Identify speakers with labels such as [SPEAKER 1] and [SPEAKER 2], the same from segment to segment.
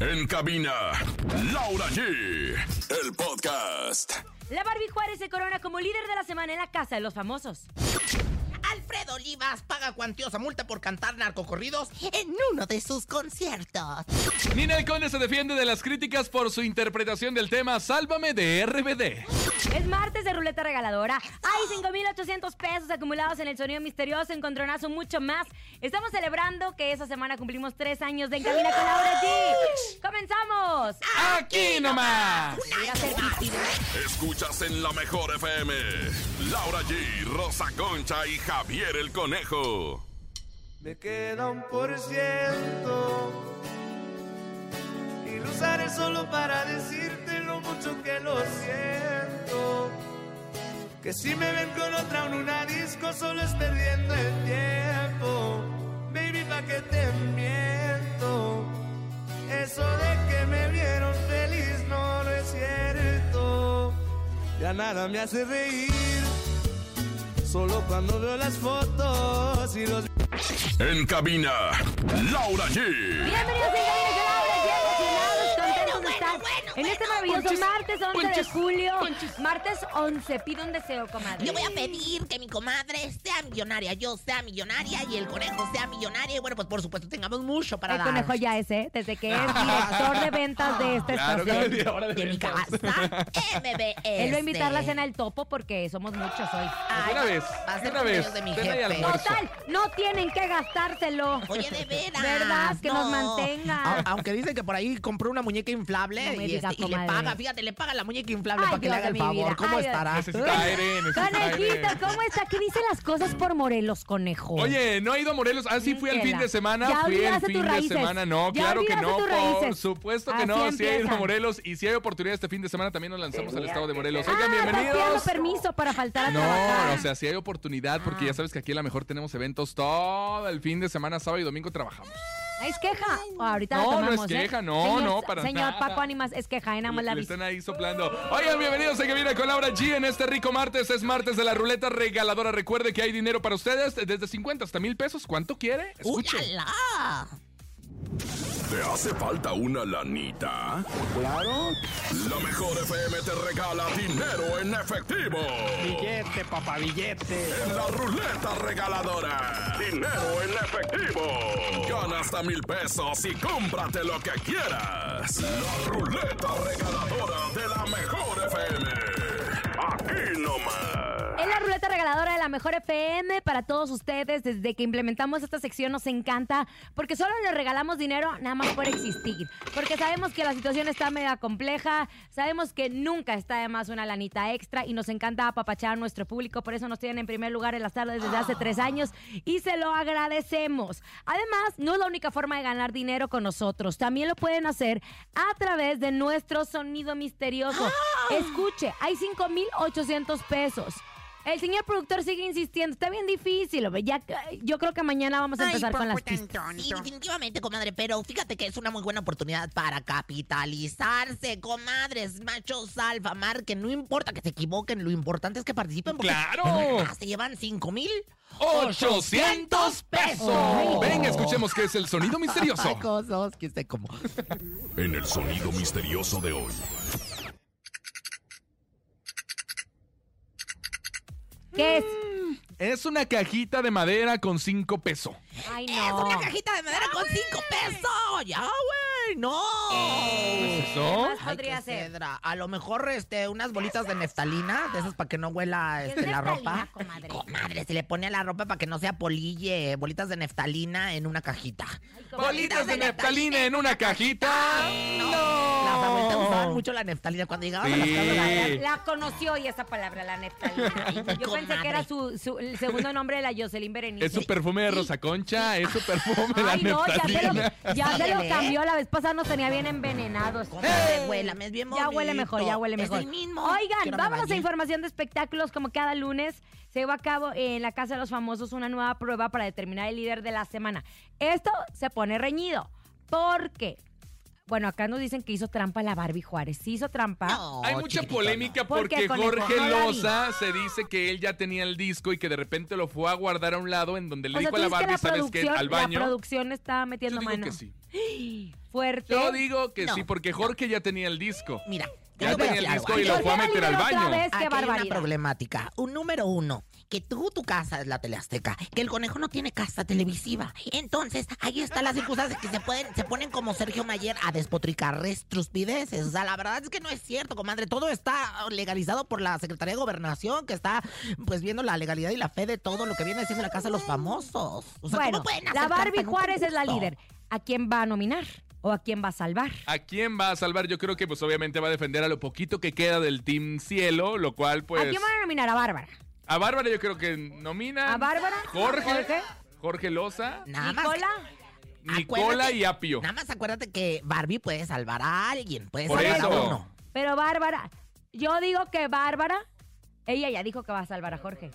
[SPEAKER 1] En cabina, Laura G. El podcast.
[SPEAKER 2] La Barbie Juárez se corona como líder de la semana en la Casa de los Famosos.
[SPEAKER 3] Alfredo Olivas paga cuantiosa multa por cantar narcocorridos en uno de sus conciertos.
[SPEAKER 4] Nina el Conde se defiende de las críticas por su interpretación del tema Sálvame de RBD.
[SPEAKER 2] Es martes de ruleta regaladora. Hay 5.800 pesos acumulados en el sonido misterioso, encontronazo, mucho más. Estamos celebrando que esa semana cumplimos tres años de En Cabina con Laura G. ¡Comenzamos!
[SPEAKER 3] Ah.
[SPEAKER 4] ¡Aquí nomás!
[SPEAKER 2] Llega a ser visible.
[SPEAKER 1] Escuchas en la mejor FM. Laura G, Rosa Concha y Javier el Conejo.
[SPEAKER 5] Me queda un por ciento y lo usaré solo para decirte lo mucho que lo siento. Que si me ven con otra en una disco solo es perdiendo el tiempo. Baby, pa' que te miento. Eso de que me vieron feliz no, no es cierto. Ya nada me hace reír. Solo cuando veo las fotos y los
[SPEAKER 1] En cabina, Laura G.
[SPEAKER 2] Bienvenidos a En Cabina con Laura G. Emocionados, contentos de estar
[SPEAKER 3] bueno,
[SPEAKER 2] en este
[SPEAKER 3] bueno.
[SPEAKER 2] maravilloso
[SPEAKER 4] Ponches,
[SPEAKER 2] martes 11
[SPEAKER 4] ponches,
[SPEAKER 2] de julio.
[SPEAKER 4] ponches.
[SPEAKER 2] Martes 11. Pide un deseo, comadre.
[SPEAKER 3] Yo voy a pedir que mi comadre sea millonaria, yo sea millonaria y el conejo sea millonario. Y bueno, pues por supuesto, tengamos mucho para
[SPEAKER 2] El
[SPEAKER 3] dar.
[SPEAKER 2] conejo ya es, ¿eh? Desde que es director de ventas de esta
[SPEAKER 4] Claro que
[SPEAKER 2] estación.
[SPEAKER 4] sí, ahora de
[SPEAKER 3] De mi
[SPEAKER 4] ventas.
[SPEAKER 3] casa, MBS.
[SPEAKER 2] Él va a invitar
[SPEAKER 3] Este.
[SPEAKER 2] la cena del topo porque somos muchos hoy.
[SPEAKER 3] Ay,
[SPEAKER 4] Una vez,
[SPEAKER 3] va a ser
[SPEAKER 4] una vez,
[SPEAKER 3] cumpleaños de mi
[SPEAKER 4] cena y
[SPEAKER 3] jefe.
[SPEAKER 4] almuerzo.
[SPEAKER 2] Total, no tienen que gastárselo.
[SPEAKER 3] Oye, de veras.
[SPEAKER 2] ¿Verdad? Que nos
[SPEAKER 3] no.
[SPEAKER 2] mantenga.
[SPEAKER 3] A- aunque dicen que por ahí compró una muñeca inflable
[SPEAKER 2] No me
[SPEAKER 3] y,
[SPEAKER 2] digas,
[SPEAKER 3] este, y le
[SPEAKER 2] comadre.
[SPEAKER 3] paga, fíjate, le paga la muñeca inflable
[SPEAKER 2] Ay,
[SPEAKER 3] para que
[SPEAKER 2] Dios
[SPEAKER 3] le haga
[SPEAKER 2] de
[SPEAKER 3] el
[SPEAKER 2] mi
[SPEAKER 3] favor.
[SPEAKER 2] vida.
[SPEAKER 3] ¿Cómo
[SPEAKER 2] Ay, Dios.
[SPEAKER 3] estará?
[SPEAKER 4] Necesita aire, necesita aire.
[SPEAKER 2] Conejito, ¿cómo está? ¿Qué dice las cosas por Morelos, conejo?
[SPEAKER 4] Oye, no he ido a Morelos. Ah, sí, fui al fin de semana.
[SPEAKER 2] Ya
[SPEAKER 4] fui el
[SPEAKER 2] olvidaste
[SPEAKER 4] fin
[SPEAKER 2] tus
[SPEAKER 4] de
[SPEAKER 2] raíces.
[SPEAKER 4] semana. No,
[SPEAKER 2] Ya
[SPEAKER 4] claro que
[SPEAKER 2] olvidaste
[SPEAKER 4] no.
[SPEAKER 2] tus
[SPEAKER 4] Por
[SPEAKER 2] raíces.
[SPEAKER 4] supuesto que
[SPEAKER 2] Así
[SPEAKER 4] no. Sí he ido a
[SPEAKER 2] empiezan.
[SPEAKER 4] Morelos y si hay oportunidad este fin de semana también nos lanzamos al estado de Morelos.
[SPEAKER 2] ah,
[SPEAKER 4] Oigan,
[SPEAKER 2] estás pidiendo
[SPEAKER 4] bienvenidos.
[SPEAKER 2] permiso para faltar a
[SPEAKER 4] No,
[SPEAKER 2] trabajar.
[SPEAKER 4] o sea, si hay oportunidad, porque ya sabes que aquí a la mejor tenemos eventos todo el fin de semana, sábado y domingo trabajamos.
[SPEAKER 2] Ah, ¿Es queja? Ahorita la
[SPEAKER 4] No, no
[SPEAKER 2] tomamos,
[SPEAKER 4] es
[SPEAKER 2] ¿eh?
[SPEAKER 4] queja, no,
[SPEAKER 2] Señor-
[SPEAKER 4] no, para
[SPEAKER 2] Señor
[SPEAKER 4] nada.
[SPEAKER 2] Paco Ánimas, es queja, en la
[SPEAKER 4] Le- le
[SPEAKER 2] aviso.
[SPEAKER 4] están ahí soplando. Oigan, bienvenidos a que viene con Laura G en este rico martes. Es martes de la ruleta regaladora. Recuerde que hay dinero para ustedes desde 50 hasta mil pesos. ¿Cuánto quiere? Escuche.
[SPEAKER 3] ¡Ulala!
[SPEAKER 1] ¿Te hace falta una lanita?
[SPEAKER 6] Claro,
[SPEAKER 1] La mejor FM te regala dinero en efectivo.
[SPEAKER 6] billete, papá, billete.
[SPEAKER 1] En la ruleta regaladora. Dinero en efectivo. Gana hasta mil pesos y cómprate lo que quieras. La ruleta regaladora de la mejor FM. Aquí nomás.
[SPEAKER 2] Es la ruleta regaladora de la mejor FM para todos ustedes. Desde que implementamos esta sección nos encanta porque solo les regalamos dinero nada más por existir. Porque sabemos que la situación está mega compleja, sabemos que nunca está de más una lanita extra y nos encanta apapachar a nuestro público. Por eso nos tienen en primer lugar en las tardes desde hace tres años y se lo agradecemos. Además, no es la única forma de ganar dinero con nosotros. También lo pueden hacer a través de nuestro sonido misterioso. Escuche, hay 5,800 pesos. El señor productor sigue insistiendo. Está bien difícil, hombre. Ya, yo creo que mañana vamos a empezar con las pistas.
[SPEAKER 3] Sí, definitivamente, comadre, pero fíjate que es una muy buena oportunidad para capitalizarse, comadres, machos alfa, que no importa que se equivoquen, lo importante es que participen porque
[SPEAKER 4] ¡Claro!
[SPEAKER 3] de verdad se llevan 5 mil
[SPEAKER 4] 800
[SPEAKER 2] Ay.
[SPEAKER 4] pesos. Venga, escuchemos qué es el sonido misterioso.
[SPEAKER 3] cosas que usted como.
[SPEAKER 1] En el sonido misterioso de hoy.
[SPEAKER 2] ¿Qué es?
[SPEAKER 3] Mm.
[SPEAKER 4] Es una cajita de madera con 5 pesos.
[SPEAKER 2] Ay,
[SPEAKER 3] Es
[SPEAKER 2] no.
[SPEAKER 3] una cajita de madera con 5 pesos. Ya, güey, no.
[SPEAKER 4] ¿Eso?
[SPEAKER 2] más
[SPEAKER 3] Ay,
[SPEAKER 2] podría
[SPEAKER 3] qué
[SPEAKER 2] ser?
[SPEAKER 3] cedra. A lo mejor este, unas bolitas de neftalina, de esas para que no huela
[SPEAKER 2] ¿Qué es
[SPEAKER 3] este, la
[SPEAKER 2] neftalina,
[SPEAKER 3] ropa.
[SPEAKER 2] comadre?
[SPEAKER 3] Comadre, se le pone a la ropa para que no sea polille. Bolitas de neftalina en una cajita.
[SPEAKER 4] Bolitas de neftalina en una cajita.
[SPEAKER 3] Las abuelitas usaban
[SPEAKER 4] No.
[SPEAKER 3] mucho la neftalina cuando llegaban a las casas.
[SPEAKER 2] La,
[SPEAKER 4] Oh. Sí.
[SPEAKER 2] la conoció y esa palabra, la neftalina. Yo pensé que era su, su- el segundo nombre de la Jocelyn Berenice.
[SPEAKER 4] Es su perfume de Rosa Concha, es su perfume de la
[SPEAKER 2] Ay, no, ya se,
[SPEAKER 4] neftalina.
[SPEAKER 2] lo, ya se lo
[SPEAKER 3] ¿Eh?
[SPEAKER 2] cambió. La vez pasada nos tenía bien envenenados.
[SPEAKER 3] Comadre, huela, me es bien
[SPEAKER 2] Ya huele
[SPEAKER 3] bonito.
[SPEAKER 2] mejor, ya huele
[SPEAKER 3] Es
[SPEAKER 2] mejor.
[SPEAKER 3] el mismo. Que
[SPEAKER 2] Oigan,
[SPEAKER 3] no me
[SPEAKER 2] vámonos a
[SPEAKER 3] bañé.
[SPEAKER 2] información de espectáculos. Como cada lunes, se llevó a cabo en la Casa de los Famosos una nueva prueba para determinar el líder de la semana. Esto se pone reñido porque Bueno, acá nos dicen que hizo trampa la Barbie Juárez. ¿Sí hizo trampa?
[SPEAKER 3] No,
[SPEAKER 4] Hay mucha
[SPEAKER 3] chiquitito,
[SPEAKER 4] polémica
[SPEAKER 2] ¿Por qué,
[SPEAKER 4] porque
[SPEAKER 2] conejo?
[SPEAKER 4] Jorge
[SPEAKER 2] No la vi.
[SPEAKER 4] Loza se dice que él ya tenía el disco y que de repente lo fue a guardar a un lado en donde le
[SPEAKER 2] o sea,
[SPEAKER 4] dijo
[SPEAKER 2] ¿tú
[SPEAKER 4] a la
[SPEAKER 2] dices que
[SPEAKER 4] Barbie,
[SPEAKER 2] la
[SPEAKER 4] ¿sabes qué?
[SPEAKER 2] producción,
[SPEAKER 4] Al baño.
[SPEAKER 2] La producción está
[SPEAKER 4] Yo
[SPEAKER 2] metiendo
[SPEAKER 4] digo
[SPEAKER 2] mano.
[SPEAKER 4] que sí.
[SPEAKER 2] Fuerte.
[SPEAKER 4] Yo digo que
[SPEAKER 3] No.
[SPEAKER 4] sí, porque Jorge ya tenía el disco.
[SPEAKER 3] no. Mira, yo
[SPEAKER 4] Ya
[SPEAKER 3] te voy a
[SPEAKER 4] tenía el
[SPEAKER 3] decir
[SPEAKER 4] disco
[SPEAKER 3] algo.
[SPEAKER 4] y lo
[SPEAKER 2] Entonces,
[SPEAKER 4] fue a
[SPEAKER 2] ya
[SPEAKER 4] meter al
[SPEAKER 2] dímelo otra
[SPEAKER 4] baño.
[SPEAKER 2] vez. Es que
[SPEAKER 3] Aquí hay una
[SPEAKER 2] Ah, barbaridad.
[SPEAKER 3] problemática. Un número uno, que tú tu casa es la teleazteca, que el conejo no tiene casa televisiva. Entonces, ahí están las circunstancias que se pueden, se ponen como Sergio Mayer a despotricar restruspideces. O sea, la verdad es que no es cierto, comadre. Todo está legalizado por la Secretaría de Gobernación, que está pues viendo la legalidad y la fe de todo lo que viene siendo la casa de los famosos. O sea,
[SPEAKER 2] bueno,
[SPEAKER 3] ¿cómo pueden hacer
[SPEAKER 2] la Barbie
[SPEAKER 3] tanta- no
[SPEAKER 2] Juárez es la
[SPEAKER 3] justo?
[SPEAKER 2] líder. ¿A quién va a nominar? ¿O a quién va a salvar?
[SPEAKER 4] ¿A quién va a salvar? Yo creo que pues obviamente va a defender a lo poquito que queda del Team Cielo, lo cual pues...
[SPEAKER 2] ¿A quién van a nominar? A Bárbara.
[SPEAKER 4] A Bárbara yo creo que nomina.
[SPEAKER 2] ¿A Bárbara?
[SPEAKER 4] Jorge.
[SPEAKER 2] Jorge.
[SPEAKER 4] Jorge, Loza,
[SPEAKER 3] Nada más.
[SPEAKER 2] ¿Nicola?
[SPEAKER 4] Nicola
[SPEAKER 3] acuérdate-
[SPEAKER 4] y Apio.
[SPEAKER 3] Nada más acuérdate que Barbie puede salvar a alguien, puede
[SPEAKER 4] Por
[SPEAKER 3] salvar a
[SPEAKER 4] eso.
[SPEAKER 3] uno.
[SPEAKER 2] Pero Bárbara, yo digo que Bárbara, ella ya dijo que va a salvar a Jorge.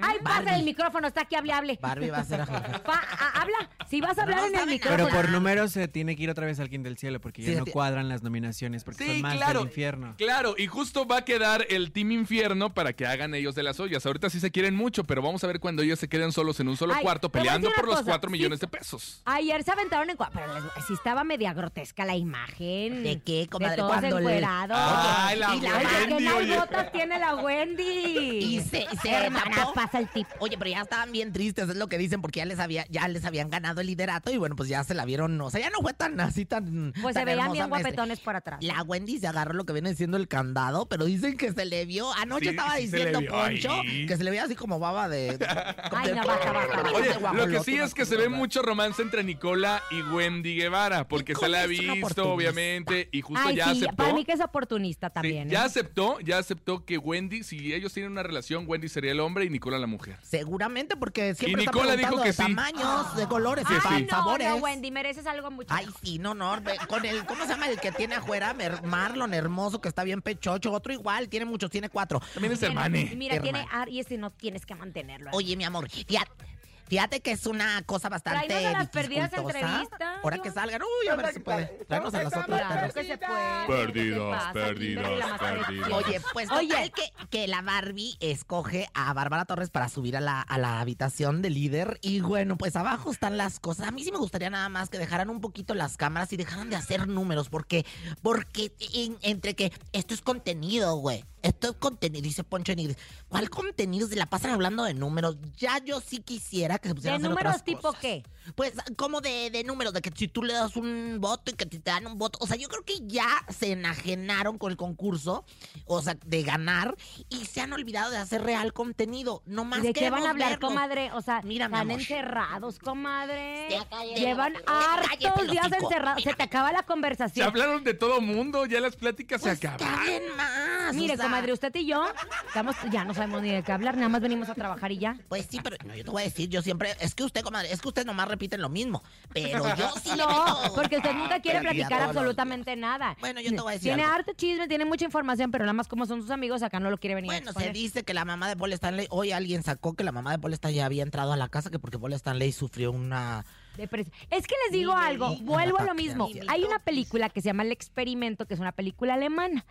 [SPEAKER 2] Ay, pasa
[SPEAKER 3] Barbie.
[SPEAKER 2] el micrófono, está aquí, hable, hable.
[SPEAKER 3] Barbie va a ser a Jorge.
[SPEAKER 2] Pa- a- habla, si vas a hablar
[SPEAKER 3] No
[SPEAKER 2] en el
[SPEAKER 3] saben
[SPEAKER 2] micrófono.
[SPEAKER 7] Pero
[SPEAKER 3] Pero
[SPEAKER 7] por
[SPEAKER 3] ya-
[SPEAKER 7] números se tiene que ir otra vez al King del Cielo porque
[SPEAKER 3] Sí,
[SPEAKER 7] ya no
[SPEAKER 3] ti-
[SPEAKER 7] cuadran las nominaciones porque son más del infierno.
[SPEAKER 4] Claro, y justo va a quedar el Team Infierno para que hagan ellos de las ollas. Ahorita sí se quieren mucho, pero vamos a ver cuando ellos se queden solos en un solo
[SPEAKER 2] Ay,
[SPEAKER 4] cuarto
[SPEAKER 2] te voy a
[SPEAKER 4] peleando
[SPEAKER 2] decir
[SPEAKER 4] por
[SPEAKER 2] una
[SPEAKER 4] los
[SPEAKER 2] cosa,
[SPEAKER 4] 4
[SPEAKER 2] sí.
[SPEAKER 4] millones de pesos.
[SPEAKER 2] Ayer se aventaron en cua- pero les- sí estaba media grotesca la imagen.
[SPEAKER 3] ¿De qué, comadre?
[SPEAKER 2] De todos
[SPEAKER 3] Cuando le-
[SPEAKER 2] encuerados.
[SPEAKER 4] Ay, la
[SPEAKER 3] y la-
[SPEAKER 2] Oye, ¿qué
[SPEAKER 4] Wendy, oye.
[SPEAKER 2] nalgotas tiene la Wendy?
[SPEAKER 3] Y se, se
[SPEAKER 2] Hermana,
[SPEAKER 3] tapó.
[SPEAKER 2] pasa el tip.
[SPEAKER 3] Oye, pero ya estaban bien tristes, es lo que dicen, porque ya les había, ya les habían ganado el liderato y bueno, pues ya se la vieron, o sea, ya no fue tan así tan.
[SPEAKER 2] Pues se
[SPEAKER 3] tan
[SPEAKER 2] veían bien
[SPEAKER 3] hermosamente.
[SPEAKER 2] guapetones por atrás.
[SPEAKER 3] La Wendy se agarró lo que viene siendo el candado, pero dicen que se le vio. Anoche
[SPEAKER 4] Sí,
[SPEAKER 3] estaba
[SPEAKER 4] sí se le
[SPEAKER 3] diciendo
[SPEAKER 4] vio
[SPEAKER 3] Poncho
[SPEAKER 4] ahí.
[SPEAKER 3] que se le veía así como baba de. de-
[SPEAKER 2] Ay, no, basta, basta. basta.
[SPEAKER 4] Oye,
[SPEAKER 3] guajolote,
[SPEAKER 4] lo que sí es que se ve mucho romance entre Nicola y Wendy Guevara, porque se la ha
[SPEAKER 3] Nicola es una
[SPEAKER 4] visto,
[SPEAKER 3] oportunista.
[SPEAKER 4] obviamente, y justo
[SPEAKER 2] Ay,
[SPEAKER 4] ya
[SPEAKER 2] sí,
[SPEAKER 4] aceptó.
[SPEAKER 2] para mí que es oportunista
[SPEAKER 4] Sí,
[SPEAKER 2] también.
[SPEAKER 4] ya
[SPEAKER 2] ¿eh?
[SPEAKER 4] aceptó, ya aceptó que Wendy, si ellos tienen una relación, Wendy sería el hombre y Nicola la mujer.
[SPEAKER 3] Seguramente porque siempre está
[SPEAKER 4] Nicola dijo
[SPEAKER 3] preguntando
[SPEAKER 4] que
[SPEAKER 3] de
[SPEAKER 4] sí.
[SPEAKER 3] tamaños, de colores,
[SPEAKER 4] Que
[SPEAKER 3] de
[SPEAKER 4] sí.
[SPEAKER 2] Ay, Ah, no,
[SPEAKER 3] sabores.
[SPEAKER 2] no, Wendy, mereces algo mucho.
[SPEAKER 3] Ay, sí, no, no. ve- Con el, ¿cómo se llama? El que tiene afuera, Mer- Marlon, hermoso, que está bien pechocho. Otro igual, tiene muchos, tiene cuatro.
[SPEAKER 4] También es
[SPEAKER 2] Mira,
[SPEAKER 4] hermane.
[SPEAKER 2] Y mira, tiene
[SPEAKER 3] hermana.
[SPEAKER 2] ar y ese no tienes que mantenerlo.
[SPEAKER 3] Oye, mi amor, fíjate. Fíjate que es una cosa bastante.
[SPEAKER 2] Tráenos a las perdidas
[SPEAKER 3] dificultosa.
[SPEAKER 2] entrevistas,
[SPEAKER 3] Ahora
[SPEAKER 2] yo-
[SPEAKER 3] que salgan, uy, a ver si puede. Tráenos a las
[SPEAKER 2] Claro
[SPEAKER 3] otras.
[SPEAKER 2] que se puede.
[SPEAKER 4] Perdidas,
[SPEAKER 2] ¿qué te pasa,
[SPEAKER 4] perdidas,
[SPEAKER 2] Kimberly, la más
[SPEAKER 4] perdidas.
[SPEAKER 2] preciosa?
[SPEAKER 3] Oye, pues
[SPEAKER 2] Oye.
[SPEAKER 3] total que, que la Barbie escoge a Bárbara Torres para subir a la, a la habitación de líder. Y bueno, pues abajo están las cosas. A mí sí me gustaría nada más que dejaran un poquito las cámaras y dejaran de hacer números. Porque, porque en- entre que esto es contenido, güey. Esto es contenido, dice Poncho Enigris. ¿Cuál contenido? Se la pasan hablando de números. Ya yo sí quisiera que se pusieran
[SPEAKER 2] ¿De
[SPEAKER 3] a hacer
[SPEAKER 2] números
[SPEAKER 3] otras
[SPEAKER 2] tipo
[SPEAKER 3] cosas.
[SPEAKER 2] qué?
[SPEAKER 3] Pues como de, de números, de que si tú le das un voto y que te dan un voto. O sea, yo creo que ya se enajenaron con el concurso, o sea, de ganar, y se han olvidado de hacer real contenido. No más
[SPEAKER 2] ¿De qué van
[SPEAKER 3] queremos
[SPEAKER 2] a hablar,
[SPEAKER 3] verlo.
[SPEAKER 2] comadre? O sea,
[SPEAKER 3] Mira, mi
[SPEAKER 2] están
[SPEAKER 3] amor.
[SPEAKER 2] encerrados, comadre.
[SPEAKER 3] Ya cállate,
[SPEAKER 2] Llevan
[SPEAKER 3] ya cállate,
[SPEAKER 2] hartos días
[SPEAKER 3] hocico.
[SPEAKER 2] encerrados. Se te acaba la
[SPEAKER 4] Se
[SPEAKER 2] conversación.
[SPEAKER 4] hablaron de todo mundo, ya las pláticas
[SPEAKER 3] Pues
[SPEAKER 4] se
[SPEAKER 3] que
[SPEAKER 4] acabaron.
[SPEAKER 3] hablen más. o
[SPEAKER 2] Mire,
[SPEAKER 3] sea,
[SPEAKER 2] comadre, usted y yo estamos, ya no sabemos ni de qué hablar, nada más venimos a trabajar y ya.
[SPEAKER 3] Pues sí, pero no, yo te voy a decir, yo siempre. Es que usted, comadre, es que usted nomás repiten lo mismo. Pero yo sí. le
[SPEAKER 2] No,
[SPEAKER 3] meto-
[SPEAKER 2] porque usted nunca quiere platicar
[SPEAKER 3] Perdida todos los
[SPEAKER 2] absolutamente nada.
[SPEAKER 3] Bueno, yo te voy a decir
[SPEAKER 2] Tiene
[SPEAKER 3] algo.
[SPEAKER 2] harto chisme, tiene mucha información, pero nada más como son sus amigos, acá no lo quiere venir a
[SPEAKER 3] Bueno, se
[SPEAKER 2] exponer.
[SPEAKER 3] dice que la mamá de Paul Stanley, hoy alguien sacó que la mamá de Paul Stanley había entrado a la casa que porque Paul Stanley sufrió una...
[SPEAKER 2] Depres- Es que les digo
[SPEAKER 3] Ni me
[SPEAKER 2] algo,
[SPEAKER 3] digan
[SPEAKER 2] vuelvo a lo
[SPEAKER 3] ataque de
[SPEAKER 2] mismo.
[SPEAKER 3] ansiedad.
[SPEAKER 2] Hay una película que se llama El Experimento, que es una película alemana.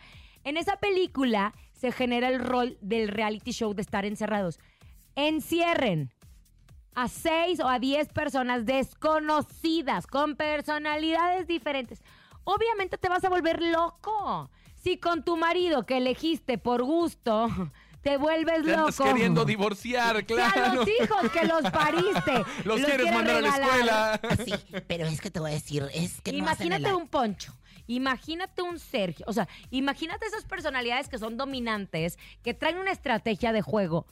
[SPEAKER 2] En esa película se genera el rol del reality show de estar encerrados. Encierren a seis o a diez personas desconocidas, con personalidades diferentes. Obviamente te vas a volver loco. Si con tu marido que elegiste por gusto, te vuelves
[SPEAKER 4] Te andas
[SPEAKER 2] loco.
[SPEAKER 4] queriendo divorciar,
[SPEAKER 2] Y a
[SPEAKER 4] claro.
[SPEAKER 2] los hijos que los pariste.
[SPEAKER 4] Los quieres mandar a la
[SPEAKER 2] regalar.
[SPEAKER 4] escuela.
[SPEAKER 3] Sí, pero es que te voy a decir, es que no hacen el
[SPEAKER 2] Imagínate un Poncho. Imagínate un Sergio. O sea, imagínate esas personalidades que son dominantes, que traen una estrategia de juego.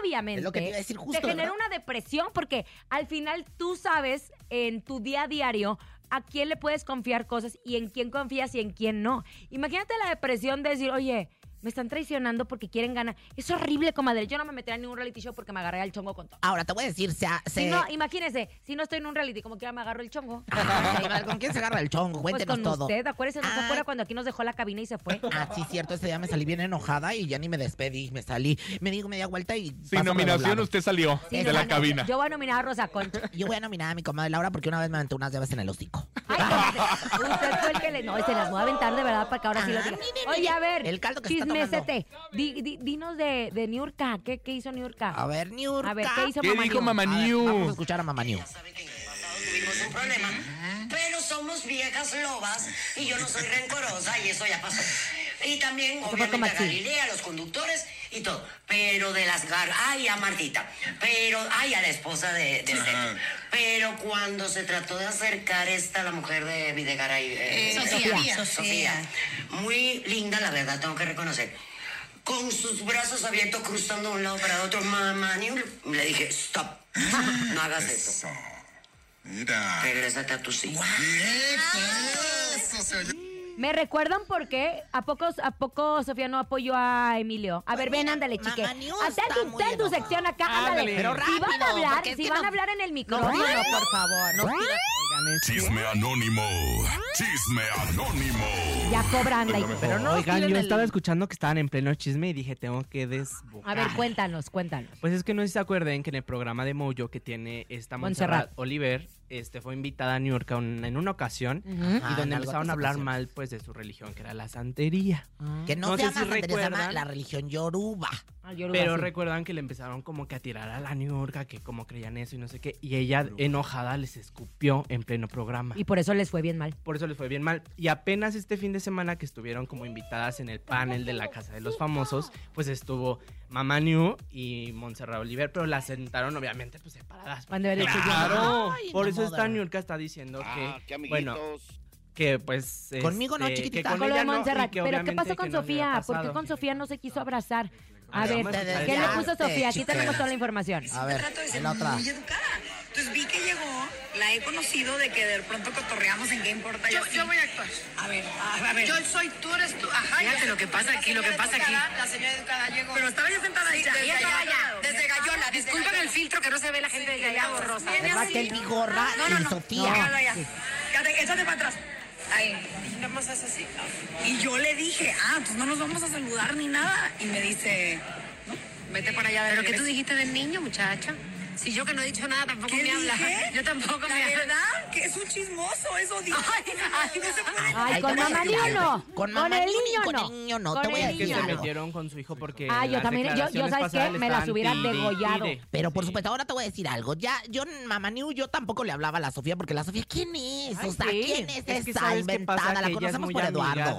[SPEAKER 2] Obviamente,
[SPEAKER 3] Es lo que te iba a decir
[SPEAKER 2] te
[SPEAKER 3] justo,
[SPEAKER 2] genera
[SPEAKER 3] ¿verdad?
[SPEAKER 2] una depresión porque al final tú sabes en tu día a diario a quién le puedes confiar cosas y en quién confías y en quién no. Imagínate la depresión de decir, oye, me están traicionando porque quieren ganar. Es horrible, comadre. Yo no me metería en ningún reality show porque me agarré al chongo con todo.
[SPEAKER 3] Ahora, te voy a decir, se... se-
[SPEAKER 2] Si no, imagínese, si no estoy en un reality, como quiera me agarro el chongo.
[SPEAKER 3] Ay, madre, ¿Con quién se agarra el chongo?
[SPEAKER 2] Pues
[SPEAKER 3] Cuéntenos
[SPEAKER 2] con
[SPEAKER 3] todo.
[SPEAKER 2] usted, acuérdese, no se
[SPEAKER 3] Ay.
[SPEAKER 2] acuerda cuando aquí nos dejó la cabina y se fue.
[SPEAKER 3] Ah, sí, cierto, ese día me salí bien enojada y ya ni me despedí, me salí, me di media vuelta y... paso
[SPEAKER 4] Sin nominación
[SPEAKER 3] redoblado.
[SPEAKER 4] usted salió
[SPEAKER 2] Sí,
[SPEAKER 4] de
[SPEAKER 2] no,
[SPEAKER 4] la
[SPEAKER 2] no,
[SPEAKER 4] cabina.
[SPEAKER 2] Yo voy a nominar a Rosa Concha.
[SPEAKER 3] Yo voy a nominar a mi comadre Laura porque una vez me aventó unas llaves en el hocico.
[SPEAKER 2] Ay, comadre, usted fue le- No, se las voy a aventar de verdad para que ahora sí lo
[SPEAKER 3] Ah,
[SPEAKER 2] diga.
[SPEAKER 3] mire,
[SPEAKER 2] Oye,
[SPEAKER 3] mire,
[SPEAKER 2] a ver,
[SPEAKER 3] el caldo que se está
[SPEAKER 2] chismecete. Di- di- dinos de, de Niurka. ¿Qué, ¿Qué hizo Niurka?
[SPEAKER 3] A ver, Niurka.
[SPEAKER 2] A ver, ¿qué hizo
[SPEAKER 4] ¿Qué
[SPEAKER 2] mamá
[SPEAKER 4] dijo
[SPEAKER 2] Niurka?
[SPEAKER 4] mamá
[SPEAKER 3] A ver, Vamos a
[SPEAKER 4] New?
[SPEAKER 3] escuchar a mamá New.
[SPEAKER 8] Ya saben que en el pasado tuvimos un problema, pero somos viejas lobas y yo no soy rencorosa y eso ya pasó. Y también,
[SPEAKER 2] fue con
[SPEAKER 8] obviamente, a
[SPEAKER 2] Maxi.
[SPEAKER 8] Galilea, a los conductores y todo. Pero de las gar... Ay, a Martita. Pero, ay, a la esposa de, de Esteban. Pero cuando se trató de acercar esta, la mujer de Videgaray... eh,
[SPEAKER 9] Sofía.
[SPEAKER 8] Sofía. Muy linda, la verdad, tengo que reconocer. Con sus brazos abiertos, cruzando de un lado para otro, mamá, ni un- le dije, stop, no hagas eso.
[SPEAKER 10] Eso. Mira.
[SPEAKER 8] Regrésate a tu silla.
[SPEAKER 10] Eso, eso se oyó.
[SPEAKER 2] ¿Me recuerdan por qué? ¿A poco, a poco Sofía no apoyó a Emilio? A ver, ven, ándale,
[SPEAKER 3] mamá
[SPEAKER 2] chique.
[SPEAKER 3] News
[SPEAKER 2] Hazte
[SPEAKER 3] está muy
[SPEAKER 2] usted tu
[SPEAKER 3] enojada.
[SPEAKER 2] sección acá, ándale.
[SPEAKER 7] Ándale. Pero
[SPEAKER 2] si van
[SPEAKER 3] rápido,
[SPEAKER 2] a hablar,
[SPEAKER 3] porque es
[SPEAKER 2] si
[SPEAKER 3] que
[SPEAKER 2] van
[SPEAKER 3] no-
[SPEAKER 2] a hablar en el
[SPEAKER 3] No,
[SPEAKER 2] micrófono,
[SPEAKER 3] díganlo, por favor. No, digan-
[SPEAKER 1] Chisme anónimo. Chisme anónimo.
[SPEAKER 2] ya cobra, anda. hijo.
[SPEAKER 7] Pero
[SPEAKER 3] no
[SPEAKER 7] Oigan,
[SPEAKER 3] escriben
[SPEAKER 7] yo
[SPEAKER 3] el-
[SPEAKER 7] estaba escuchando que estaban en pleno chisme y dije, tengo que desbocar.
[SPEAKER 2] A ver, cuéntanos, cuéntanos.
[SPEAKER 7] Pues es que no sé si se acuerden que en el programa de Moyo que tiene esta
[SPEAKER 2] Montserrat.
[SPEAKER 7] Montserrat Oliver, este fue invitada a New York a un- en una ocasión
[SPEAKER 3] Ah,
[SPEAKER 7] y
[SPEAKER 3] en
[SPEAKER 7] donde
[SPEAKER 3] algo
[SPEAKER 7] empezaron
[SPEAKER 3] otras
[SPEAKER 7] a hablar
[SPEAKER 3] ocasiones.
[SPEAKER 7] mal pues de su religión, que era la santería.
[SPEAKER 3] Que no,
[SPEAKER 7] No
[SPEAKER 3] se
[SPEAKER 7] sé
[SPEAKER 3] llama
[SPEAKER 7] si
[SPEAKER 3] santería, se llama
[SPEAKER 7] recuerdan.
[SPEAKER 3] la religión yoruba.
[SPEAKER 2] Ah, yo lo voy a
[SPEAKER 7] Pero
[SPEAKER 2] hacer.
[SPEAKER 7] recuerdan que le empezaron como que a tirar a la New York, que como creían eso y no sé qué, y ella enojada les escupió en pleno programa.
[SPEAKER 2] Y por eso les fue bien mal.
[SPEAKER 7] por eso les fue bien mal. Y apenas este fin de semana que estuvieron como invitadas en el panel de la Casa de los Famosos, pues estuvo Mamá New y Montserrat Oliver, pero las sentaron obviamente pues separadas.
[SPEAKER 2] Cuando él hecho
[SPEAKER 7] Claro,
[SPEAKER 3] Ay,
[SPEAKER 7] por
[SPEAKER 3] no
[SPEAKER 7] eso esta
[SPEAKER 3] jodas.
[SPEAKER 7] Niurka está diciendo
[SPEAKER 9] Ah, qué
[SPEAKER 7] que,
[SPEAKER 9] amiguitos.
[SPEAKER 7] bueno, que pues...
[SPEAKER 3] Conmigo no,
[SPEAKER 7] este, que
[SPEAKER 3] chiquitita.
[SPEAKER 7] con
[SPEAKER 2] con lo de
[SPEAKER 7] ella no, y
[SPEAKER 2] Montserrat.
[SPEAKER 7] que
[SPEAKER 2] Pero ¿qué
[SPEAKER 7] obviamente
[SPEAKER 2] pasó
[SPEAKER 7] que
[SPEAKER 2] con
[SPEAKER 7] no le había
[SPEAKER 2] Sofía? ¿Por qué
[SPEAKER 7] pasado.
[SPEAKER 2] con Sofía no se quiso abrazar? A
[SPEAKER 7] Ay,
[SPEAKER 2] ver,
[SPEAKER 7] vamos a escuchar
[SPEAKER 2] ¿qué le
[SPEAKER 7] ya,
[SPEAKER 2] puso Sofía? Aquí tenemos
[SPEAKER 3] chiquera.
[SPEAKER 2] toda la información.
[SPEAKER 3] A ver,
[SPEAKER 9] Trato de ser
[SPEAKER 3] en la otra.
[SPEAKER 9] muy educada. Entonces vi que llegó, la he conocido de que de pronto cotorreamos en qué importa. Yo, yo voy a actuar. A ver, a, a ver. Yo soy, tú eres tú. Ajá. Fíjate lo que pasa aquí, lo que pasa aquí. La señora educada llegó. Pero estaba yo sentada ahí. desde allá. Desde Gallola. Disculpen el filtro que no se ve la gente desde allá borrosa.
[SPEAKER 3] ¿Verdad que el bigorra
[SPEAKER 9] Ah, No, no,
[SPEAKER 3] y
[SPEAKER 9] no.
[SPEAKER 3] Sofía?
[SPEAKER 9] Déjalo allá. Cállate, échate para atrás. Ahí. Nada más es así. Y yo le dije, ah, pues no nos vamos a saludar ni nada. Y me dice, no, vete para allá. ¿Pero qué tú dijiste del niño, muchacha? Si yo que no he dicho nada tampoco me habla. Yo tampoco me habla. verdad? Que es un chismoso, eso dijo. Ay, ay, no se puede.
[SPEAKER 2] Ay,
[SPEAKER 3] Ay,
[SPEAKER 2] con
[SPEAKER 3] te vas a
[SPEAKER 2] mamá ni
[SPEAKER 3] tirar.
[SPEAKER 2] uno.
[SPEAKER 3] Con mamá
[SPEAKER 2] el
[SPEAKER 3] ni
[SPEAKER 2] niño
[SPEAKER 3] con
[SPEAKER 2] no.
[SPEAKER 3] el niño no, te
[SPEAKER 2] Con
[SPEAKER 3] voy a
[SPEAKER 2] el
[SPEAKER 7] Que
[SPEAKER 3] decir
[SPEAKER 2] niño
[SPEAKER 7] se
[SPEAKER 3] algo.
[SPEAKER 2] no.
[SPEAKER 7] metieron con su hijo porque...
[SPEAKER 2] Ah, yo
[SPEAKER 7] las
[SPEAKER 2] también- yo- yo,
[SPEAKER 7] declaraciones
[SPEAKER 2] ¿sabes
[SPEAKER 7] pasadas
[SPEAKER 2] qué?
[SPEAKER 7] le
[SPEAKER 2] Me las
[SPEAKER 7] estaban
[SPEAKER 2] hubiera
[SPEAKER 7] tire y
[SPEAKER 2] degollado.
[SPEAKER 7] tire.
[SPEAKER 3] Pero por
[SPEAKER 7] Sí.
[SPEAKER 3] supuesto, ahora te voy a decir algo. Ya, yo, mamá New, yo tampoco le hablaba a la Sofía, porque la Sofía, ¿quién es?
[SPEAKER 7] Ay,
[SPEAKER 3] o sea,
[SPEAKER 7] sí.
[SPEAKER 3] Pues, ¿quién es,
[SPEAKER 7] que
[SPEAKER 3] esa
[SPEAKER 7] ¿sabes qué pasa?
[SPEAKER 3] inventada? La
[SPEAKER 7] Que ella es
[SPEAKER 3] conocemos
[SPEAKER 7] muy
[SPEAKER 3] por
[SPEAKER 7] amiga
[SPEAKER 3] Eduardo. Ah,